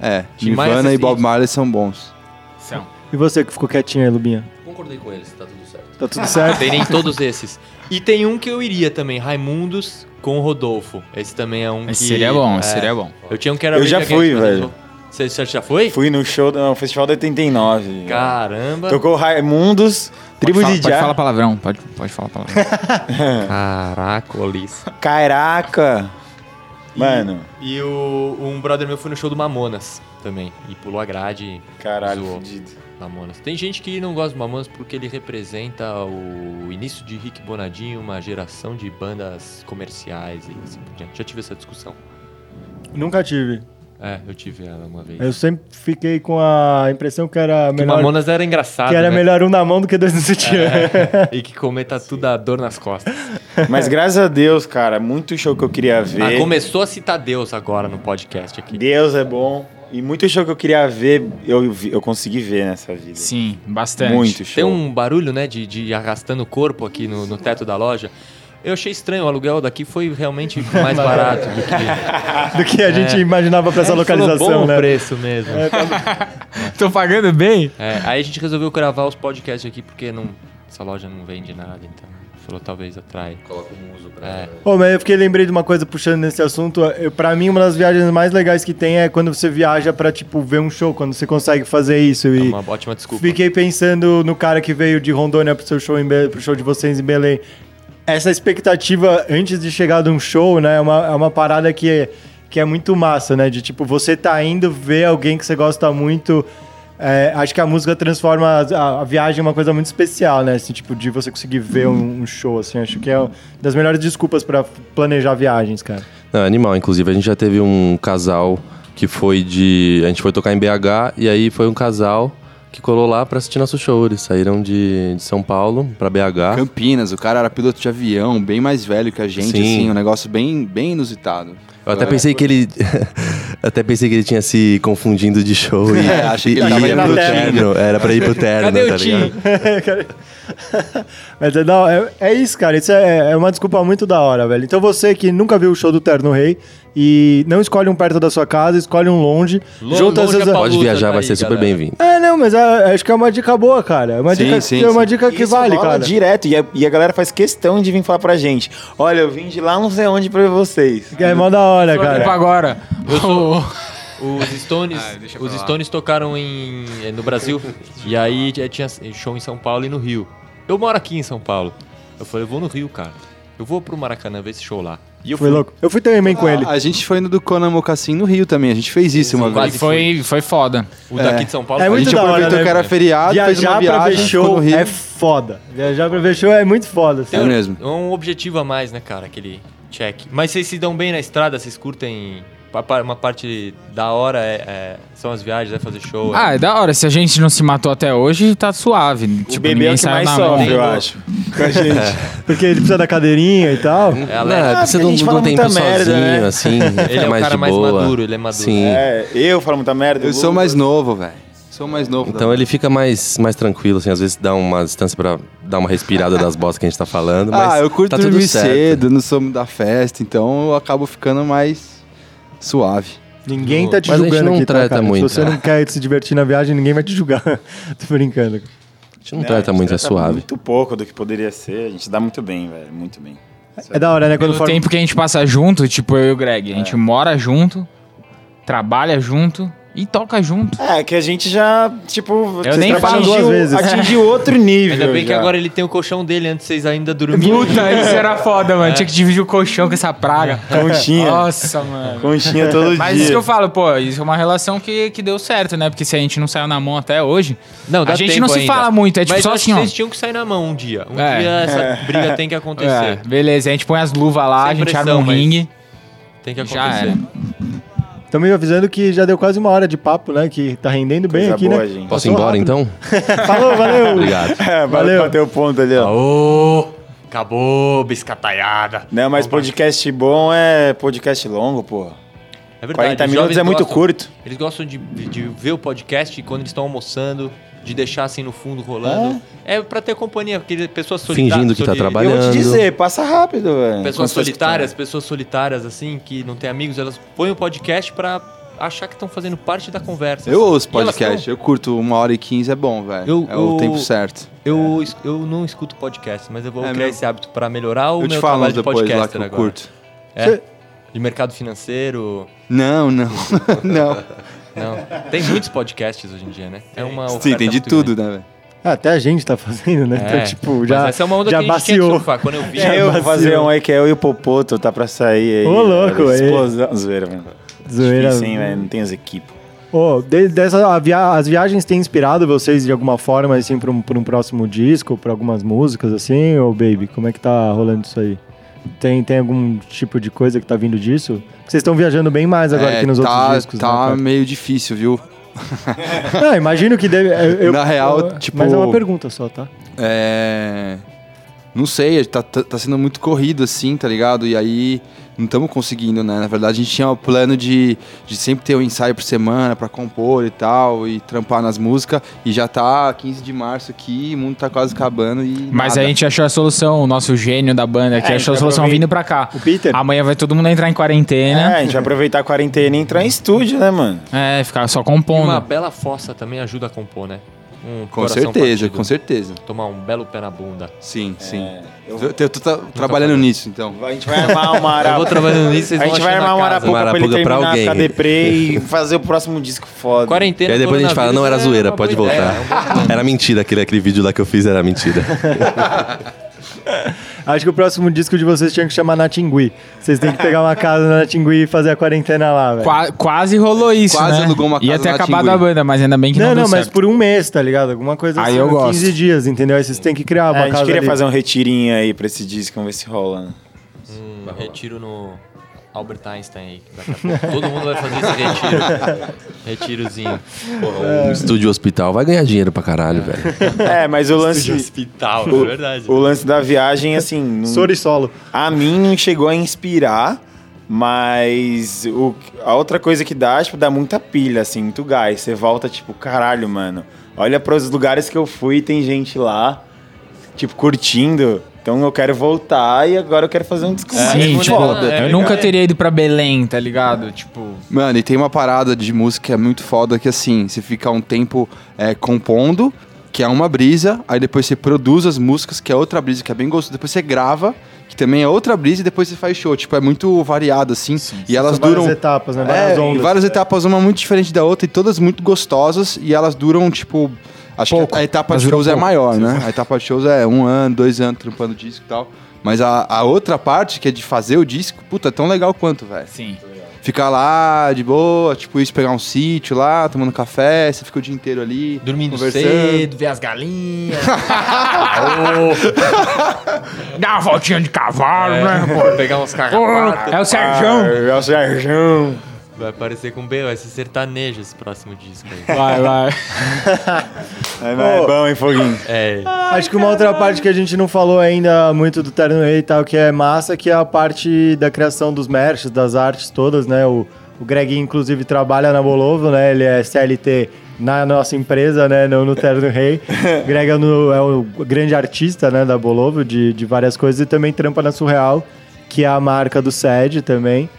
F: É,
A: Tim Maia
F: Nirvana e
A: assiste.
F: Bob Marley são bons.
E: São.
B: E você que ficou quietinho aí, Lubinha?
A: Com
D: concordei com eles, tá tudo certo.
B: Tá tudo certo?
A: Tem nem todos esses. E tem um que eu iria também, Raimundos com Rodolfo. Esse também é um
E: Esse
A: que...
E: seria bom, esse
A: é.
E: seria bom.
A: Eu tinha um que era...
C: Eu
A: bem
C: já
A: legal,
C: fui,
A: mas
C: velho.
A: eu- Você você já foi?
C: Fui no show, do- no Festival de 89.
A: Caramba.
C: Tocou Raimundos, Tribo
E: pode
C: de
E: falar, pode falar
C: Já.
E: palavrão, pode, pode falar palavrão.
A: Caraca, Olis.
C: Caraca. Mano,
A: E o, um brother meu foi no show do Mamonas também. E pulou a grade.
C: caralho,
A: zoou.
C: fudido.
A: Mamonas. Tem gente que não gosta do Mamonas porque ele representa o início de Rick Bonadinho, uma geração de bandas comerciais e assim por diante. Já tive essa discussão.
B: Nunca tive.
A: É, eu tive ela uma vez.
B: Eu sempre fiquei com a impressão que era
A: Que
B: É, melhor,
A: Mamonas era engraçado,
B: que era
A: né?
B: melhor um na mão do que dois no sutiã.
D: É.
A: E que cometa tudo a dor nas costas.
C: Mas graças a Deus, cara, muito show que eu queria ver.
A: Ah, começou a citar Deus agora no podcast aqui.
C: Deus é bom. E muito show que eu queria ver, eu, vi- eu consegui ver nessa vida.
E: Sim, é, bastante.
C: Muito
A: Tem
C: show.
A: um barulho, né, de, de arrastando o corpo aqui no, no teto da loja. Eu achei estranho, o aluguel daqui foi realmente mais barato do que
B: do que a
D: É.
B: gente imaginava pra essa
A: Falou
B: localização,
A: bom
B: né?
A: o preço mesmo. É.
E: Tô pagando bem?
A: aí a gente resolveu gravar os podcasts aqui porque não, essa loja não vende nada, então falou talvez atrai.
D: Coloca um uso pra.
A: É.
B: Ô, mas eu fiquei lembrei de uma coisa puxando nesse assunto. Eu, pra mim, uma das viagens mais legais que tem é quando você viaja pra, tipo, ver um show, quando você consegue fazer isso.
D: Tá
A: É
B: E
A: uma ótima desculpa.
B: fiquei pensando no cara que veio de Rondônia pro seu show em Be- pro show de vocês em Belém. Essa expectativa antes de chegar de um show, né? É uma, é uma parada que é, que é muito massa, né? De tipo, você tá indo ver alguém que você gosta muito. É, acho que a música transforma a- a, a viagem em uma coisa muito especial, né? Assim, tipo, de você conseguir ver um, um show, assim. Acho que é uma das melhores desculpas pra planejar viagens, cara.
D: Não, é animal, inclusive. A gente já teve um casal que foi de. A gente foi tocar em BH e aí foi um casal que colou lá pra assistir nosso show. Eles saíram de, de São Paulo pra BH.
F: Campinas, o cara era piloto de avião, bem mais velho que a gente,
D: Sim.
F: assim, um negócio bem, bem inusitado.
D: Eu até pensei que ele. eu até pensei que ele tinha se confundindo de show e,
F: É, achei que
D: e,
F: ele tava
D: e
F: indo
D: ia pro
F: na terra.
D: terno. Era pra ir pro terno,
A: Cadê
D: tá
A: o Tim?
D: ligado?
B: Mas é, da- é- é isso, cara. Isso é, é uma desculpa muito da hora, velho. Então você que nunca viu o show do Terno Rei e não escolhe um perto da sua casa, escolhe um longe.
A: Lo-
B: junta
A: longe
B: essas-
A: é
D: Pode
A: Luta,
D: viajar,
A: tá
D: vai
A: aí,
D: ser super
A: galera.
D: bem-vindo.
B: É, não, mas é- acho que é uma dica boa, cara. É uma
F: Sim,
B: dica,
F: sim,
B: é uma
F: sim.
B: dica que
C: Isso
B: vale,
C: rola
B: cara.
C: direto, e a, e a galera faz questão de vir falar pra gente. Olha, eu vim de lá não sei onde pra ver vocês.
B: É mó da hora,
E: Tipo
B: cara.
E: agora.
A: Os Stones,
E: Ah, deixa pra
A: os
E: lá.
A: Stones tocaram em, eh, no Brasil e aí eh, tinha show em São Paulo e no Rio. Eu moro aqui em São Paulo. Eu falei, eu vou no Rio, cara. Eu vou pro Maracanã ver esse show lá. E eu
B: Foi louco. Eu fui também com ele.
F: A, a gente foi no do Conan Mocassin no Rio também, a gente fez isso uma
E: E
F: vez.
E: foi, foi foda.
A: O daqui de São Paulo.
B: É
F: A
A: foi-
B: muito
F: gente
B: da hora,
F: aproveitou
B: né?
F: que era feriado, Ah, fez
B: Viajar
F: uma viagem,
B: pra ver
F: ficou no
B: show
F: Rio.
B: é foda. Viajar pra ver show é muito foda,
F: É
B: assim.
F: mesmo.
A: É um objetivo a mais, né, cara, aquele check. Mas vocês se dão bem na estrada, vocês curtem. pa- pa- Uma parte da hora é, é- são as viagens, é fazer show. é-
E: Ah, é da hora. Se a gente não se matou até hoje, tá suave. O tipo,
C: Bebê é
E: ninguém
C: o que
E: saiu
C: mais
E: na
C: sofre,
E: mão.
C: eu acho. Com a gente.
B: Porque ele precisa da cadeirinha e tal.
A: é alegre.
D: Não, você
C: porque a
D: não,
C: gente
D: não
C: fala
D: tem
C: muita
D: tempo
C: merda,
D: sozinho,
C: né?
D: assim.
A: Ele é
D: fica
A: o
D: mais
A: cara
D: de
A: mais
D: boa.
A: maduro, ele é maduro.
D: Sim.
C: É, eu falo muita merda.
F: Eu
C: o
F: sou
C: Lucas-
F: mais novo, velho. Sou mais novo.
D: Então ele fica mais, mais tranquilo, assim, às vezes dá uma distância pra dar uma respirada das bostas que a gente tá falando, mas
F: Ah, eu curto
D: tá tudo
F: dormir
D: certo.
F: cedo, não sou da festa, então eu acabo ficando mais suave.
B: Ninguém tá te
D: Mas a gente
B: julgando
D: não
B: aqui, tá,
D: trata
B: cara?
D: muito,
B: Se você
D: né?
B: não quer se divertir na viagem, ninguém vai te julgar. Tô brincando.
D: A gente não trata muito, é
C: trata
D: suave.
C: Muito pouco do que poderia ser. A gente dá muito bem, velho. Muito bem.
B: É da hora, né? Quando
E: Pelo
B: for...
E: tempo que a gente passa junto, tipo eu e o Greg, a gente mora junto, trabalha junto e toca junto.
C: É, que a gente já, tipo, vocês
E: nem
C: trabalham
E: falo
B: duas vezes.
C: atingiu outro nível.
A: Ainda bem que
C: já.
A: agora ele tem o colchão dele antes de vocês ainda dormirem.
E: Puta, isso era foda, mano. Tinha que dividir o colchão com essa praga.
C: Conchinha.
E: Nossa, mano.
C: Conchinha todo
E: Mas
C: dia.
E: isso que eu falo, pô, isso é uma relação que, que deu certo, né? Porque se a gente não saiu na mão até hoje,
A: Não, dá
E: a gente
A: tempo
E: não se
A: ainda.
E: fala muito, é tipo
A: Mas
E: só
A: eu acho que
E: assim, ó.
A: Vocês tinham que sair na mão um dia. Um
E: É.
A: dia essa briga tem que
E: É,
A: acontecer.
E: beleza, a gente põe as luvas lá,
A: Sem
E: a gente
A: pressão,
E: arma um
A: mas-
E: ringue.
A: Tem que
E: Já
A: acontecer.
E: era.
B: Estão me avisando que já deu quase uma hora de papo, né? Que tá rendendo bem
C: Coisa
B: aqui,
C: boa,
B: né?
C: gente.
D: Posso
B: Passou
D: ir embora
B: rápido.
D: então?
B: Falou, valeu!
D: Obrigado.
C: É,
B: Valeu.
C: valeu. Bateu o ponto ali, ó.
A: Ô, acabou, biscataiada.
C: Não, mas podcast bom é podcast longo, pô.
A: É verdade.
C: 40
A: os
C: minutos
A: jovens
C: é muito
A: gostam-
C: curto.
A: Eles gostam de, de ver o podcast quando eles estão almoçando, de deixar assim no fundo rolando. É, pra ter companhia, porque pessoas solitárias.
D: Fingindo que tá trabalhando.
C: Eu vou te dizer, passa rápido, velho.
A: Pessoas
C: Quando você
F: tá.
A: solitárias, pessoas solitárias assim, que não tem amigos, elas põem o podcast pra achar que estão fazendo parte da conversa.
F: Eu
A: assim.
F: ouço
A: E elas
F: podcast,
A: tão.
F: eu curto uma hora e quinze, é bom, velho.
A: Eu-
F: É o
A: eu-
F: tempo certo.
A: Eu, es- eu não escuto podcast, mas eu vou
F: É,
A: criar
F: meu-
A: esse hábito para melhorar o
F: Eu te
A: meu
F: falo
A: trabalho de
F: depois
A: podcaster
F: lá que eu
A: agora.
F: curto.
A: É? De mercado financeiro.
F: Não, não, não.
A: Não. Tem muitos podcasts hoje em dia, né? É uma
F: Sim,
A: oferta
F: tem de
A: muito
F: tudo,
A: grande.
F: né, velho?
B: Ah, Até a gente tá fazendo, né?
A: É,
B: Então, tipo,
A: mas
B: já,
A: essa é uma onda
B: já
A: que a gente tinha que
B: baciou.
A: surfar. Quando eu vi,
C: É, eu vou
B: vacilo.
C: fazer um aí que é eu e o Popoto, tá pra sair aí.
B: Ô, louco,
C: velho.
B: é.
C: Explosão. Zoeira, mano.
B: Zoeira.
C: Difícil, hein, velho? Não tem as equipes.
B: Ô, de- dessa, a via- as viagens têm inspirado vocês de alguma forma, assim, pra um, pra um próximo disco, pra algumas músicas, assim? Ô, Baby, como é que tá rolando isso aí? Tem, tem algum tipo de coisa que tá vindo disso? Porque Vocês estão viajando bem mais agora
F: É,
B: que nos
F: tá,
B: outros discos. né,
F: Tá
B: cara?
F: meio difícil, viu?
B: Ah, imagino que deve. eu- eu-
F: Na real, tipo-
B: Mas é uma pergunta só, tá?
F: É. Não sei, tá, tá, tá sendo muito corrido assim, tá ligado? E aí não estamos conseguindo, né? Na verdade, a gente tinha o plano de, de sempre ter um ensaio por semana pra compor e tal, e trampar nas músicas. E já tá 15 de março aqui, o mundo tá quase acabando e.
E: Mas
F: nada.
E: a gente achou a solução, o nosso gênio da banda aqui
C: É,
E: achou a
C: já
E: solução
C: aproveita.
E: vindo pra cá.
B: O Peter?
E: Amanhã vai todo mundo entrar em
C: É,
E: quarentena.
C: a gente vai aproveitar a quarentena e entrar em estúdio, né, mano?
E: É, ficar só
A: E
E: compondo.
A: Uma bela fossa também ajuda a compor, né? Um
F: Com
A: coração
F: certeza,
A: partido.
F: com certeza.
A: Tomar um belo pé na bunda.
F: Sim, sim.
C: eu-
F: Eu, eu tô tra- trabalhando nisso, então.
C: A gente vai armar uma
A: Eu vou
C: arapuca.
A: trabalhando nisso, vocês
C: A gente
A: vão
C: vai
A: achando
C: armar
A: a
C: uma
A: casa.
C: arapuca, pra ele
D: Uma arapuca pra
C: terminar pra
D: alguém.
C: ficar deprê e fazer o próximo disco foda.
D: E
A: Quarentena.
D: aí depois a gente fala, não, era
A: coronavírus, é
B: É,
D: zoeira,
A: uma
D: pode
A: boa ideia.
B: um
D: voltar. Era mentira, aquele, aquele vídeo lá que eu fiz era mentira.
B: Acho que o próximo disco de vocês tinha que chamar Natingui. Vocês têm que pegar uma casa na Natingui e fazer a quarentena lá, velho.
E: Qua- quase rolou isso,
F: Quase
E: né?
F: alugou uma
E: Ia
F: casa
E: ter
F: na
E: acabado a
F: Tinguí.
E: banda, mas ainda bem que não,
B: Não, não,
E: deu
B: mas
E: certo.
B: por um mês, tá ligado? Alguma coisa
E: Aí
B: assim,
E: eu gosto.
B: 15 dias, entendeu? Aí vocês têm que criar
C: É,
B: uma
C: a gente
B: casa
C: queria
B: ali.
C: fazer um retirinho aí pra esse disco, vamos ver se rola. né?
A: Um retiro no Albert Einstein aí. que daqui a pouco Todo mundo vai fazer esse retiro. Retirozinho. É,
D: Um estúdio hospital vai ganhar dinheiro pra caralho, velho.
C: É, mas o lance.
A: Hospital,
C: O,
A: é verdade.
C: o lance da viagem, assim,
E: um-
C: não-
B: Soro e solo.
C: a mim não chegou a inspirar, mas o, a outra coisa que dá, tipo, dá muita pilha, assim, muito gás. Você volta, tipo, caralho, mano, olha para os lugares que eu fui, tem gente lá, tipo, curtindo. Então eu quero voltar e agora eu quero fazer um disco mais
E: Sim,
A: É,
E: tipo,
A: foda,
E: eu
A: é
E: nunca
A: legal.
E: teria ido pra Belém, tá ligado? Tipo,
F: Mano, e tem uma parada de música que é muito foda, que assim, você fica um tempo é, compondo, que é uma brisa, aí depois você produz as músicas, que é outra brisa, que é bem gostoso, depois você grava, que também é outra brisa, e depois você faz show. Tipo, é muito variado, assim, e elas
B: São várias
F: duram...
B: etapas, né?
F: É,
B: Várias
F: em
B: ondas.
F: várias etapas, uma muito diferente da outra, e todas muito gostosas, e elas duram, tipo... Acho
E: Pouco.
F: que a etapa
E: Elas
F: de
E: duram
F: shows é
E: pouco.
F: maior, né? A etapa de shows é um ano, dois anos, trampando disco e tal. Mas a, a outra parte, que é de fazer o disco, puta, é tão legal quanto, velho
E: sim.
F: ficar lá de boa, tipo isso, pegar um sítio lá, tomando café, você fica o dia inteiro ali.
A: Dormindo
F: conversando.
A: cedo, ver as galinhas.
E: Dá uma voltinha de cavalo,
A: É.
E: né?
A: Pô, pegar uns carrapatos.
E: é o
C: Ah,
E: Serjão.
C: é o Sérgio.
A: Vai aparecer com B, vai ser sertanejo esse próximo disco aí.
E: Vai, vai.
C: Aí vai, É bom, hein, Foguinho?
A: É.
B: Acho que uma outra parte que a gente não falou ainda muito do Terno Rei e tal, que é massa, que é a parte da criação dos merchs, das artes todas, né? O, o Greg, inclusive, trabalha na Bolovo, né? Ele é CLT na nossa empresa, né? Não no Terno Rei. O Greg é, no- é o grande artista né? da Bolovo, de, de várias coisas, e também trampa na Surreal, que é a marca do SED também.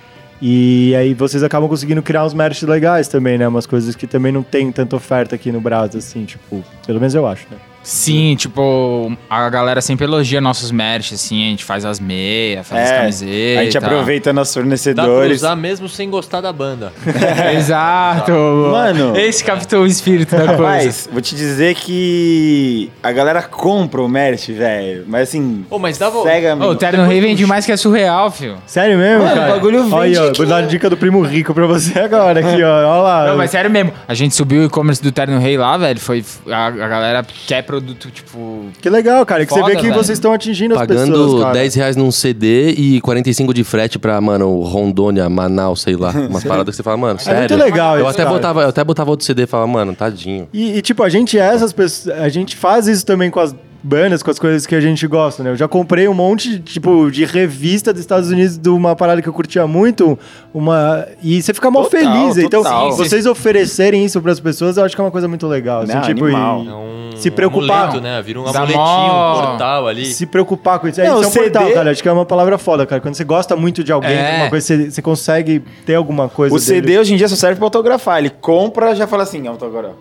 B: E aí vocês acabam conseguindo criar uns merch legais também, né? Umas coisas que também não tem tanta oferta aqui no Brasil, assim, tipo... Pelo menos eu acho, né?
E: Sim, tipo, a galera sempre elogia nossos merch, assim, a gente faz as meias, faz as
C: É,
E: camisetas.
C: a gente aproveita nossos
A: Dá pra
C: fornecedores.
A: usar mesmo sem gostar da banda.
E: Exato.
C: Mano.
E: Esse captou o espírito da coisa.
C: Mas, vou te dizer que a galera compra o merch, velho. Mas assim,
A: Ô, mas dava-
E: Ô,
C: cegamente.
E: o Terno Rei vende mais que é surreal, filho.
B: Sério mesmo,
C: Mano,
B: cara?
C: o bagulho vende
B: Olha, aí, ó,
C: aqui,
B: vou dar uma dica do primo rico pra você agora aqui, ó. Olha lá.
E: Não, mas sério mesmo. A gente subiu o e-commerce do Terno Rei lá, velho. Foi. A, a galera quer produto, tipo.
B: Que legal, cara. Que você
E: Foda,
B: vê que
E: velho.
B: vocês estão atingindo as
D: Pagando
B: pessoas, cara.
D: 10 reais num CD e 45 de frete pra, mano, Rondônia, Manaus, sei lá. Umas paradas que você fala, mano, sério.
B: É muito legal
D: eu
B: isso,
D: até
B: cara.
D: botava, Eu até botava outro CD e falava, mano, tadinho.
B: E, e, tipo, a gente é essas pessoas. A gente faz isso também com as bandas, com as coisas que a gente gosta, né? Eu já comprei um monte, tipo, de revista dos Estados Unidos de uma parada que eu curtia muito, uma... E você fica mó
C: Total,
B: feliz.
C: total.
B: Então, vocês oferecerem isso pras pessoas, eu acho que é uma coisa muito legal. assim,
C: Não,
B: tipo,
C: animal.
B: e-
A: É um
B: Se preocupar.
A: amuleto, né? Vira um
E: Dá
A: amuletinho,
E: mó-
A: um portal ali.
B: se preocupar com isso. É,
C: Não,
B: isso é um
C: CD
B: portal, cara. Acho que é uma palavra foda, cara. Quando você gosta muito de alguém,
E: É.
B: alguma coisa, você, você consegue ter alguma coisa
C: O
B: dele.
C: CD hoje em dia só serve pra autografar. Ele compra já fala assim, autografar.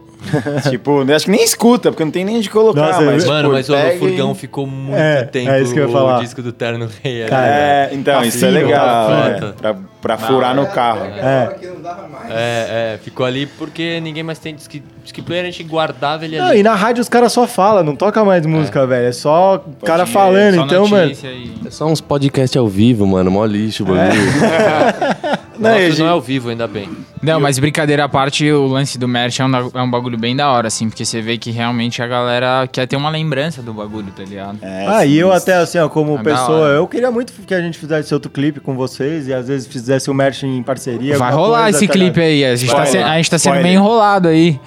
C: tipo, né, acho que nem escuta, porque não tem nem onde colocar.
B: Nossa,
C: mas,
A: Mano,
C: tipo,
A: mas o
C: pega e-
A: Furgão ficou muito
B: É,
A: tempo
B: é isso que eu ia
A: o
B: falar.
A: disco do Terno Rei ali. né?
B: Cara,
C: É, então,
B: Tá
C: isso é
B: fino,
C: legal.
A: tá
C: é,
A: fino.
C: pra pra furar no carro.
B: É.
G: Que não dava mais.
A: É, é, ficou ali porque ninguém mais tem disc, disc player, a gente guardava ele
B: Não,
A: ali.
B: e na rádio os caras só falam, não toca mais música, velho. É só cara
C: crer,
B: falando.
E: Só
B: então, mano.
E: notícia e-
D: É só uns podcasts ao vivo, mano. Mó lixo, o bagulho.
A: O nosso não é ao vivo, ainda bem.
E: Não, mas brincadeira à parte, o lance do merch é um, da- é um bagulho bem da hora, assim, porque você vê que realmente a galera quer ter uma lembrança do bagulho, tá ligado?
C: É,
B: Ah, e eu
C: sinistro.
B: até assim, ó, como
E: É da
B: pessoa,
E: hora.
B: eu queria muito que a gente fizesse outro clipe com vocês e às vezes fizesse um merch em parceria.
E: vai
B: alguma
E: rolar
B: coisa,
E: esse
B: tá
E: clipe
B: ligado?
E: aí, a gente,
C: Vai
E: tá, se-
C: rolar.
E: a gente tá sendo
C: Spoiler.
E: meio enrolado aí,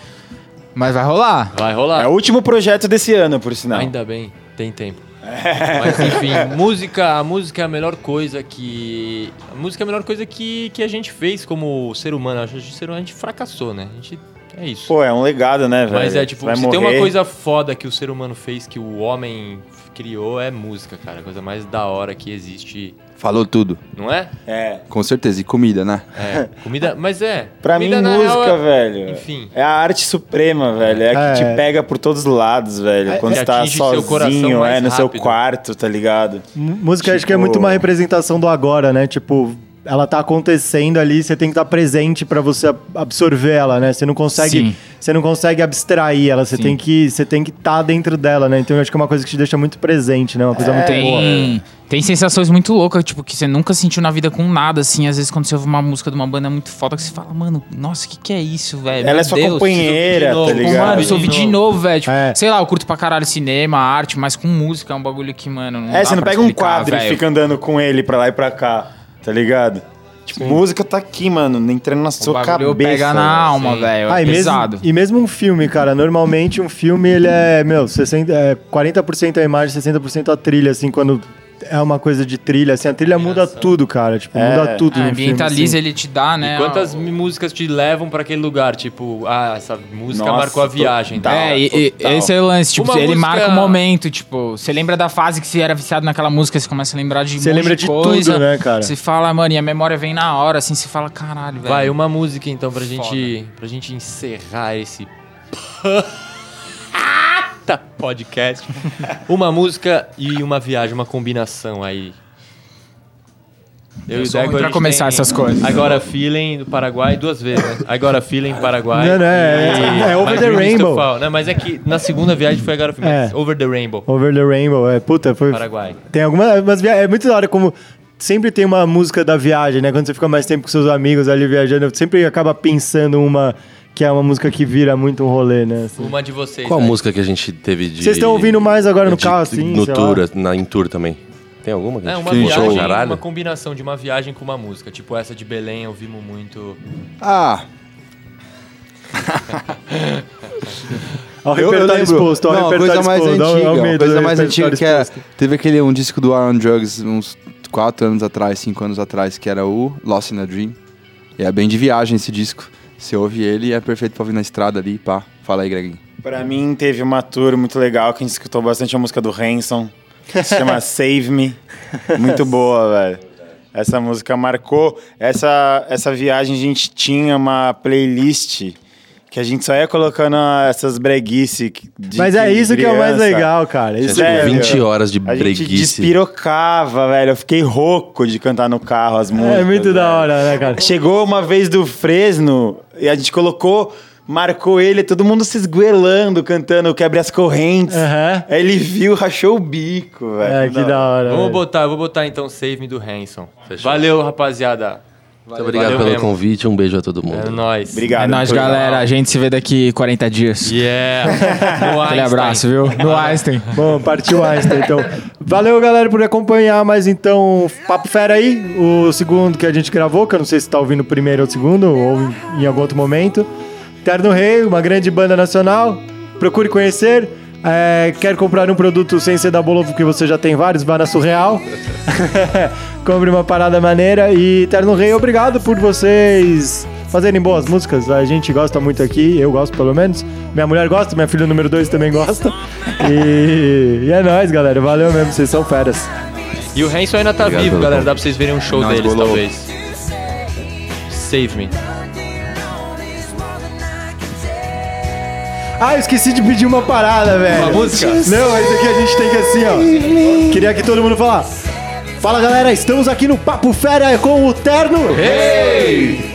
E: mas vai rolar.
A: Vai
C: É
A: rolar.
C: o último projeto desse ano, por sinal.
A: Ainda bem, tem tempo. Mas enfim, música, a música é a melhor coisa que. A música é a melhor coisa que, que a gente fez como ser humano. Acho que ser humano a gente fracassou, né? A gente. É isso.
C: Pô, é um legado, né, velho?
A: Mas é tipo,
C: Vai
A: se tem uma
C: morrer.
A: coisa foda que o ser humano fez, que o homem criou, é música, cara. A coisa mais da hora que existe.
F: Falou tudo.
A: Não é?
C: É.
F: Com certeza. E comida, né?
A: É. Comida. Mas é.
C: Pra
A: comida,
C: mim,
A: na
C: música,
A: real, é-
C: velho.
A: Enfim.
C: É a arte suprema, velho. É a que
B: É.
C: te pega por todos os lados, velho. Quando
A: é que
C: você tá
A: atinge seu coração
C: sozinho,
A: mais
C: é, no seu
A: rápido.
C: quarto, tá ligado?
B: M- Música acho que é
C: Tipo-
B: muito uma representação do agora, né? Tipo, ela tá acontecendo ali, você tem que estar presente pra você ab- absorver ela, né? Você não consegue,
E: Sim.
B: você não consegue abstrair ela, você
E: Sim.
B: tem que, você tem que estar dentro dela, né? Então eu acho que é uma coisa que te deixa muito presente, né? Uma coisa muito boa.
E: É, Tem, tem sensações muito loucas, tipo, que você nunca sentiu na vida com nada, assim. Às vezes, quando você ouve uma música de uma banda muito foda, que você fala, mano, nossa, o que, que é isso, velho?
C: Ela
E: Meu
C: é sua
E: Deus.
C: companheira,
A: novo,
C: tá
E: Tipo,
C: ligado?
E: Mano, eu ouvi de novo, velho. Tipo,
B: É.
E: Sei lá, eu curto pra caralho cinema, arte, mas com música é um bagulho que, mano. Não
C: É,
E: dá
C: você não
E: pra
C: pega um
E: explicar,
C: quadro e
E: velho.
C: fica andando com ele pra lá e pra cá, tá ligado? Tipo, música tá aqui, mano, entrando na
E: O
C: sua
E: bagulho
C: cabeça. assim.
E: pega na
C: velho.
E: alma, velho.
B: Ah,
E: É
B: e mesmo,
E: pesado.
B: e mesmo um filme, cara, normalmente um filme ele é, meu, 60, é 40% a imagem, 60% a trilha, assim, quando é uma coisa de trilha, assim, a trilha muda tudo, cara, tipo,
C: É.
B: muda tudo
E: Ah,
B: no filme.
E: ambientaliza,
B: assim.
E: ele te dá, né?
A: E quantas
E: o-
A: mi- músicas te levam pra aquele lugar? Tipo, ah, essa música
C: Nossa,
A: marcou a viagem.
C: total.
A: tá?
E: É, e- e-
C: total.
E: esse é o lance, tipo,
A: Uma
E: ele
A: música-
E: marca o momento, tipo, você lembra da fase que você era viciado naquela música, você começa a lembrar de um
B: Você
E: monte
B: lembra de tudo,
E: coisa,
B: né, cara?
E: Você fala, mano, e a memória vem na hora, assim, você fala, caralho, velho.
A: Vai, uma música então pra
E: Foda.
A: gente, pra gente encerrar esse tá podcast. Uma música e uma viagem, uma combinação aí. Eu,
E: Eu
A: e o
E: sou
A: Deco,
E: ruim
A: a
E: pra
A: gente
E: começas
A: tem
E: essas coisas.
A: Agora Feeling do Paraguai duas vezes, né? Agora Feeling Paraguai.
B: Não, não, é- é Over
A: My
B: the
A: Dream is to
B: Rainbow.
A: Fall. Não, mas é que na segunda viagem foi agora Feeling. mas
B: É.
A: Over the Rainbow.
B: Over the Rainbow, é, puta, foi...
A: Paraguai.
B: Tem algumas, mas é muito da hora como... Sempre tem uma música da viagem, né? Quando você fica mais tempo com seus amigos ali viajando, sempre acaba pensando uma que é uma música que vira muito um rolê, né? assim.
A: Uma de vocês.
D: Qual a
A: né?
D: música que a gente teve de.
B: Vocês estão ouvindo mais agora no
D: de-
B: carro, assim?
D: No
B: sei
D: tour,
B: lá.
D: na, em tour também. Tem alguma que a
A: É,
D: gente
A: uma
D: puxou
A: viagem,
D: o caralho?
A: uma combinação de uma viagem com uma música. Tipo essa de Belém, ouvimos muito.
F: Ah,
B: Ó, o repertório exposto, ó, o
F: Não, uma
B: repertório
F: coisa mais
B: exposto. ó, ó o
F: antiga. uma
B: um medo do
F: coisa mais
B: repertório
F: antiga que é era.
B: exposto.
F: Teve aquele um disco do Iron Drugs uns 4 anos atrás, 5 anos atrás, que era o Lost in a Dream. E é bem de viagem esse disco. Você ouve ele e é perfeito pra ouvir na estrada ali, pá. Fala aí, Greginho.
C: Pra mim, teve uma tour muito legal que a gente escutou bastante a música do Hanson. que Se chama Save Me. Muito boa, velho. Essa música marcou. Essa, essa viagem a gente tinha uma playlist que a gente só ia colocando essas breguice. de-
B: Mas é
C: de
B: isso que é o mais
C: criança.
B: legal, cara. Isso
C: Sério?
B: é,
D: Tipo, 20 horas de
C: A gente
D: breguice.
C: despirocava, velho. Eu fiquei rouco de cantar no carro as músicas.
B: é muito da
C: velho.
B: hora, né, cara?
C: Chegou uma vez do Fresno e a gente colocou, marcou ele, todo mundo se esguelando, cantando Quebre as Correntes.
B: Aham.
C: Aí ele viu, rachou o bico, velho.
B: É, que da hora.
A: Vamos
B: velho.
A: botar, vou botar então Save Me do Hanson. Valeu, rapaziada.
D: Muito obrigado
A: Valeu
D: pelo
A: mesmo.
D: convite. Um beijo a todo mundo.
A: É nóis.
C: Obrigado.
E: É nóis,
C: por-
E: galera. A gente se vê daqui 40 dias.
A: Yeah. No Einstein.
E: Aquele abraço, viu? No Einstein.
B: Bom, partiu Einstein, então. Valeu, galera, por acompanhar mais então Papo Fera aí, o segundo que a gente gravou, que eu não sei se tá ouvindo o primeiro ou o segundo, ou em algum outro momento. Terno Rei, uma grande banda nacional. Procure conhecer. É, quer comprar um produto sem ser da Bolovo, que você já tem vários, vá na Surreal. Compre uma parada maneira. E Terno Rei, obrigado por vocês fazerem boas músicas. A gente gosta muito aqui, eu gosto pelo menos. Minha mulher gosta, minha filha número 2 também gosta. E, e é nóis, galera. Valeu mesmo, vocês são feras.
A: E o Hanson ainda tá
D: Obrigado
A: vivo,
D: pelo
A: galera.
D: convite.
A: Dá pra vocês verem um show
F: Nós
A: deles,
F: bolou.
A: talvez. Save me.
B: Ah, eu esqueci de pedir uma parada, velho.
A: Uma música?
B: Não, mas aqui a gente tem que assim, ó. Queria que todo mundo falasse. Fala galera, estamos aqui no Papo Fera com o Terno.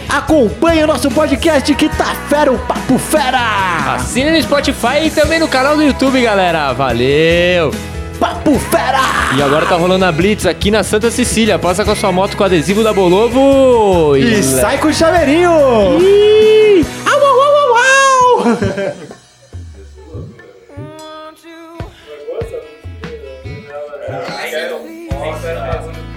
B: Acompanhe o nosso podcast que tá fera o Papo Fera!
A: Assine no Spotify e também no canal do YouTube, galera. Valeu!
B: Papo Fera!
A: E agora tá rolando a Blitz aqui na Santa Cecília. Passa com a sua moto com adesivo da Bolovo.
B: E sai com o chaveirinho! Au, au, au, au, au!
G: Won't you?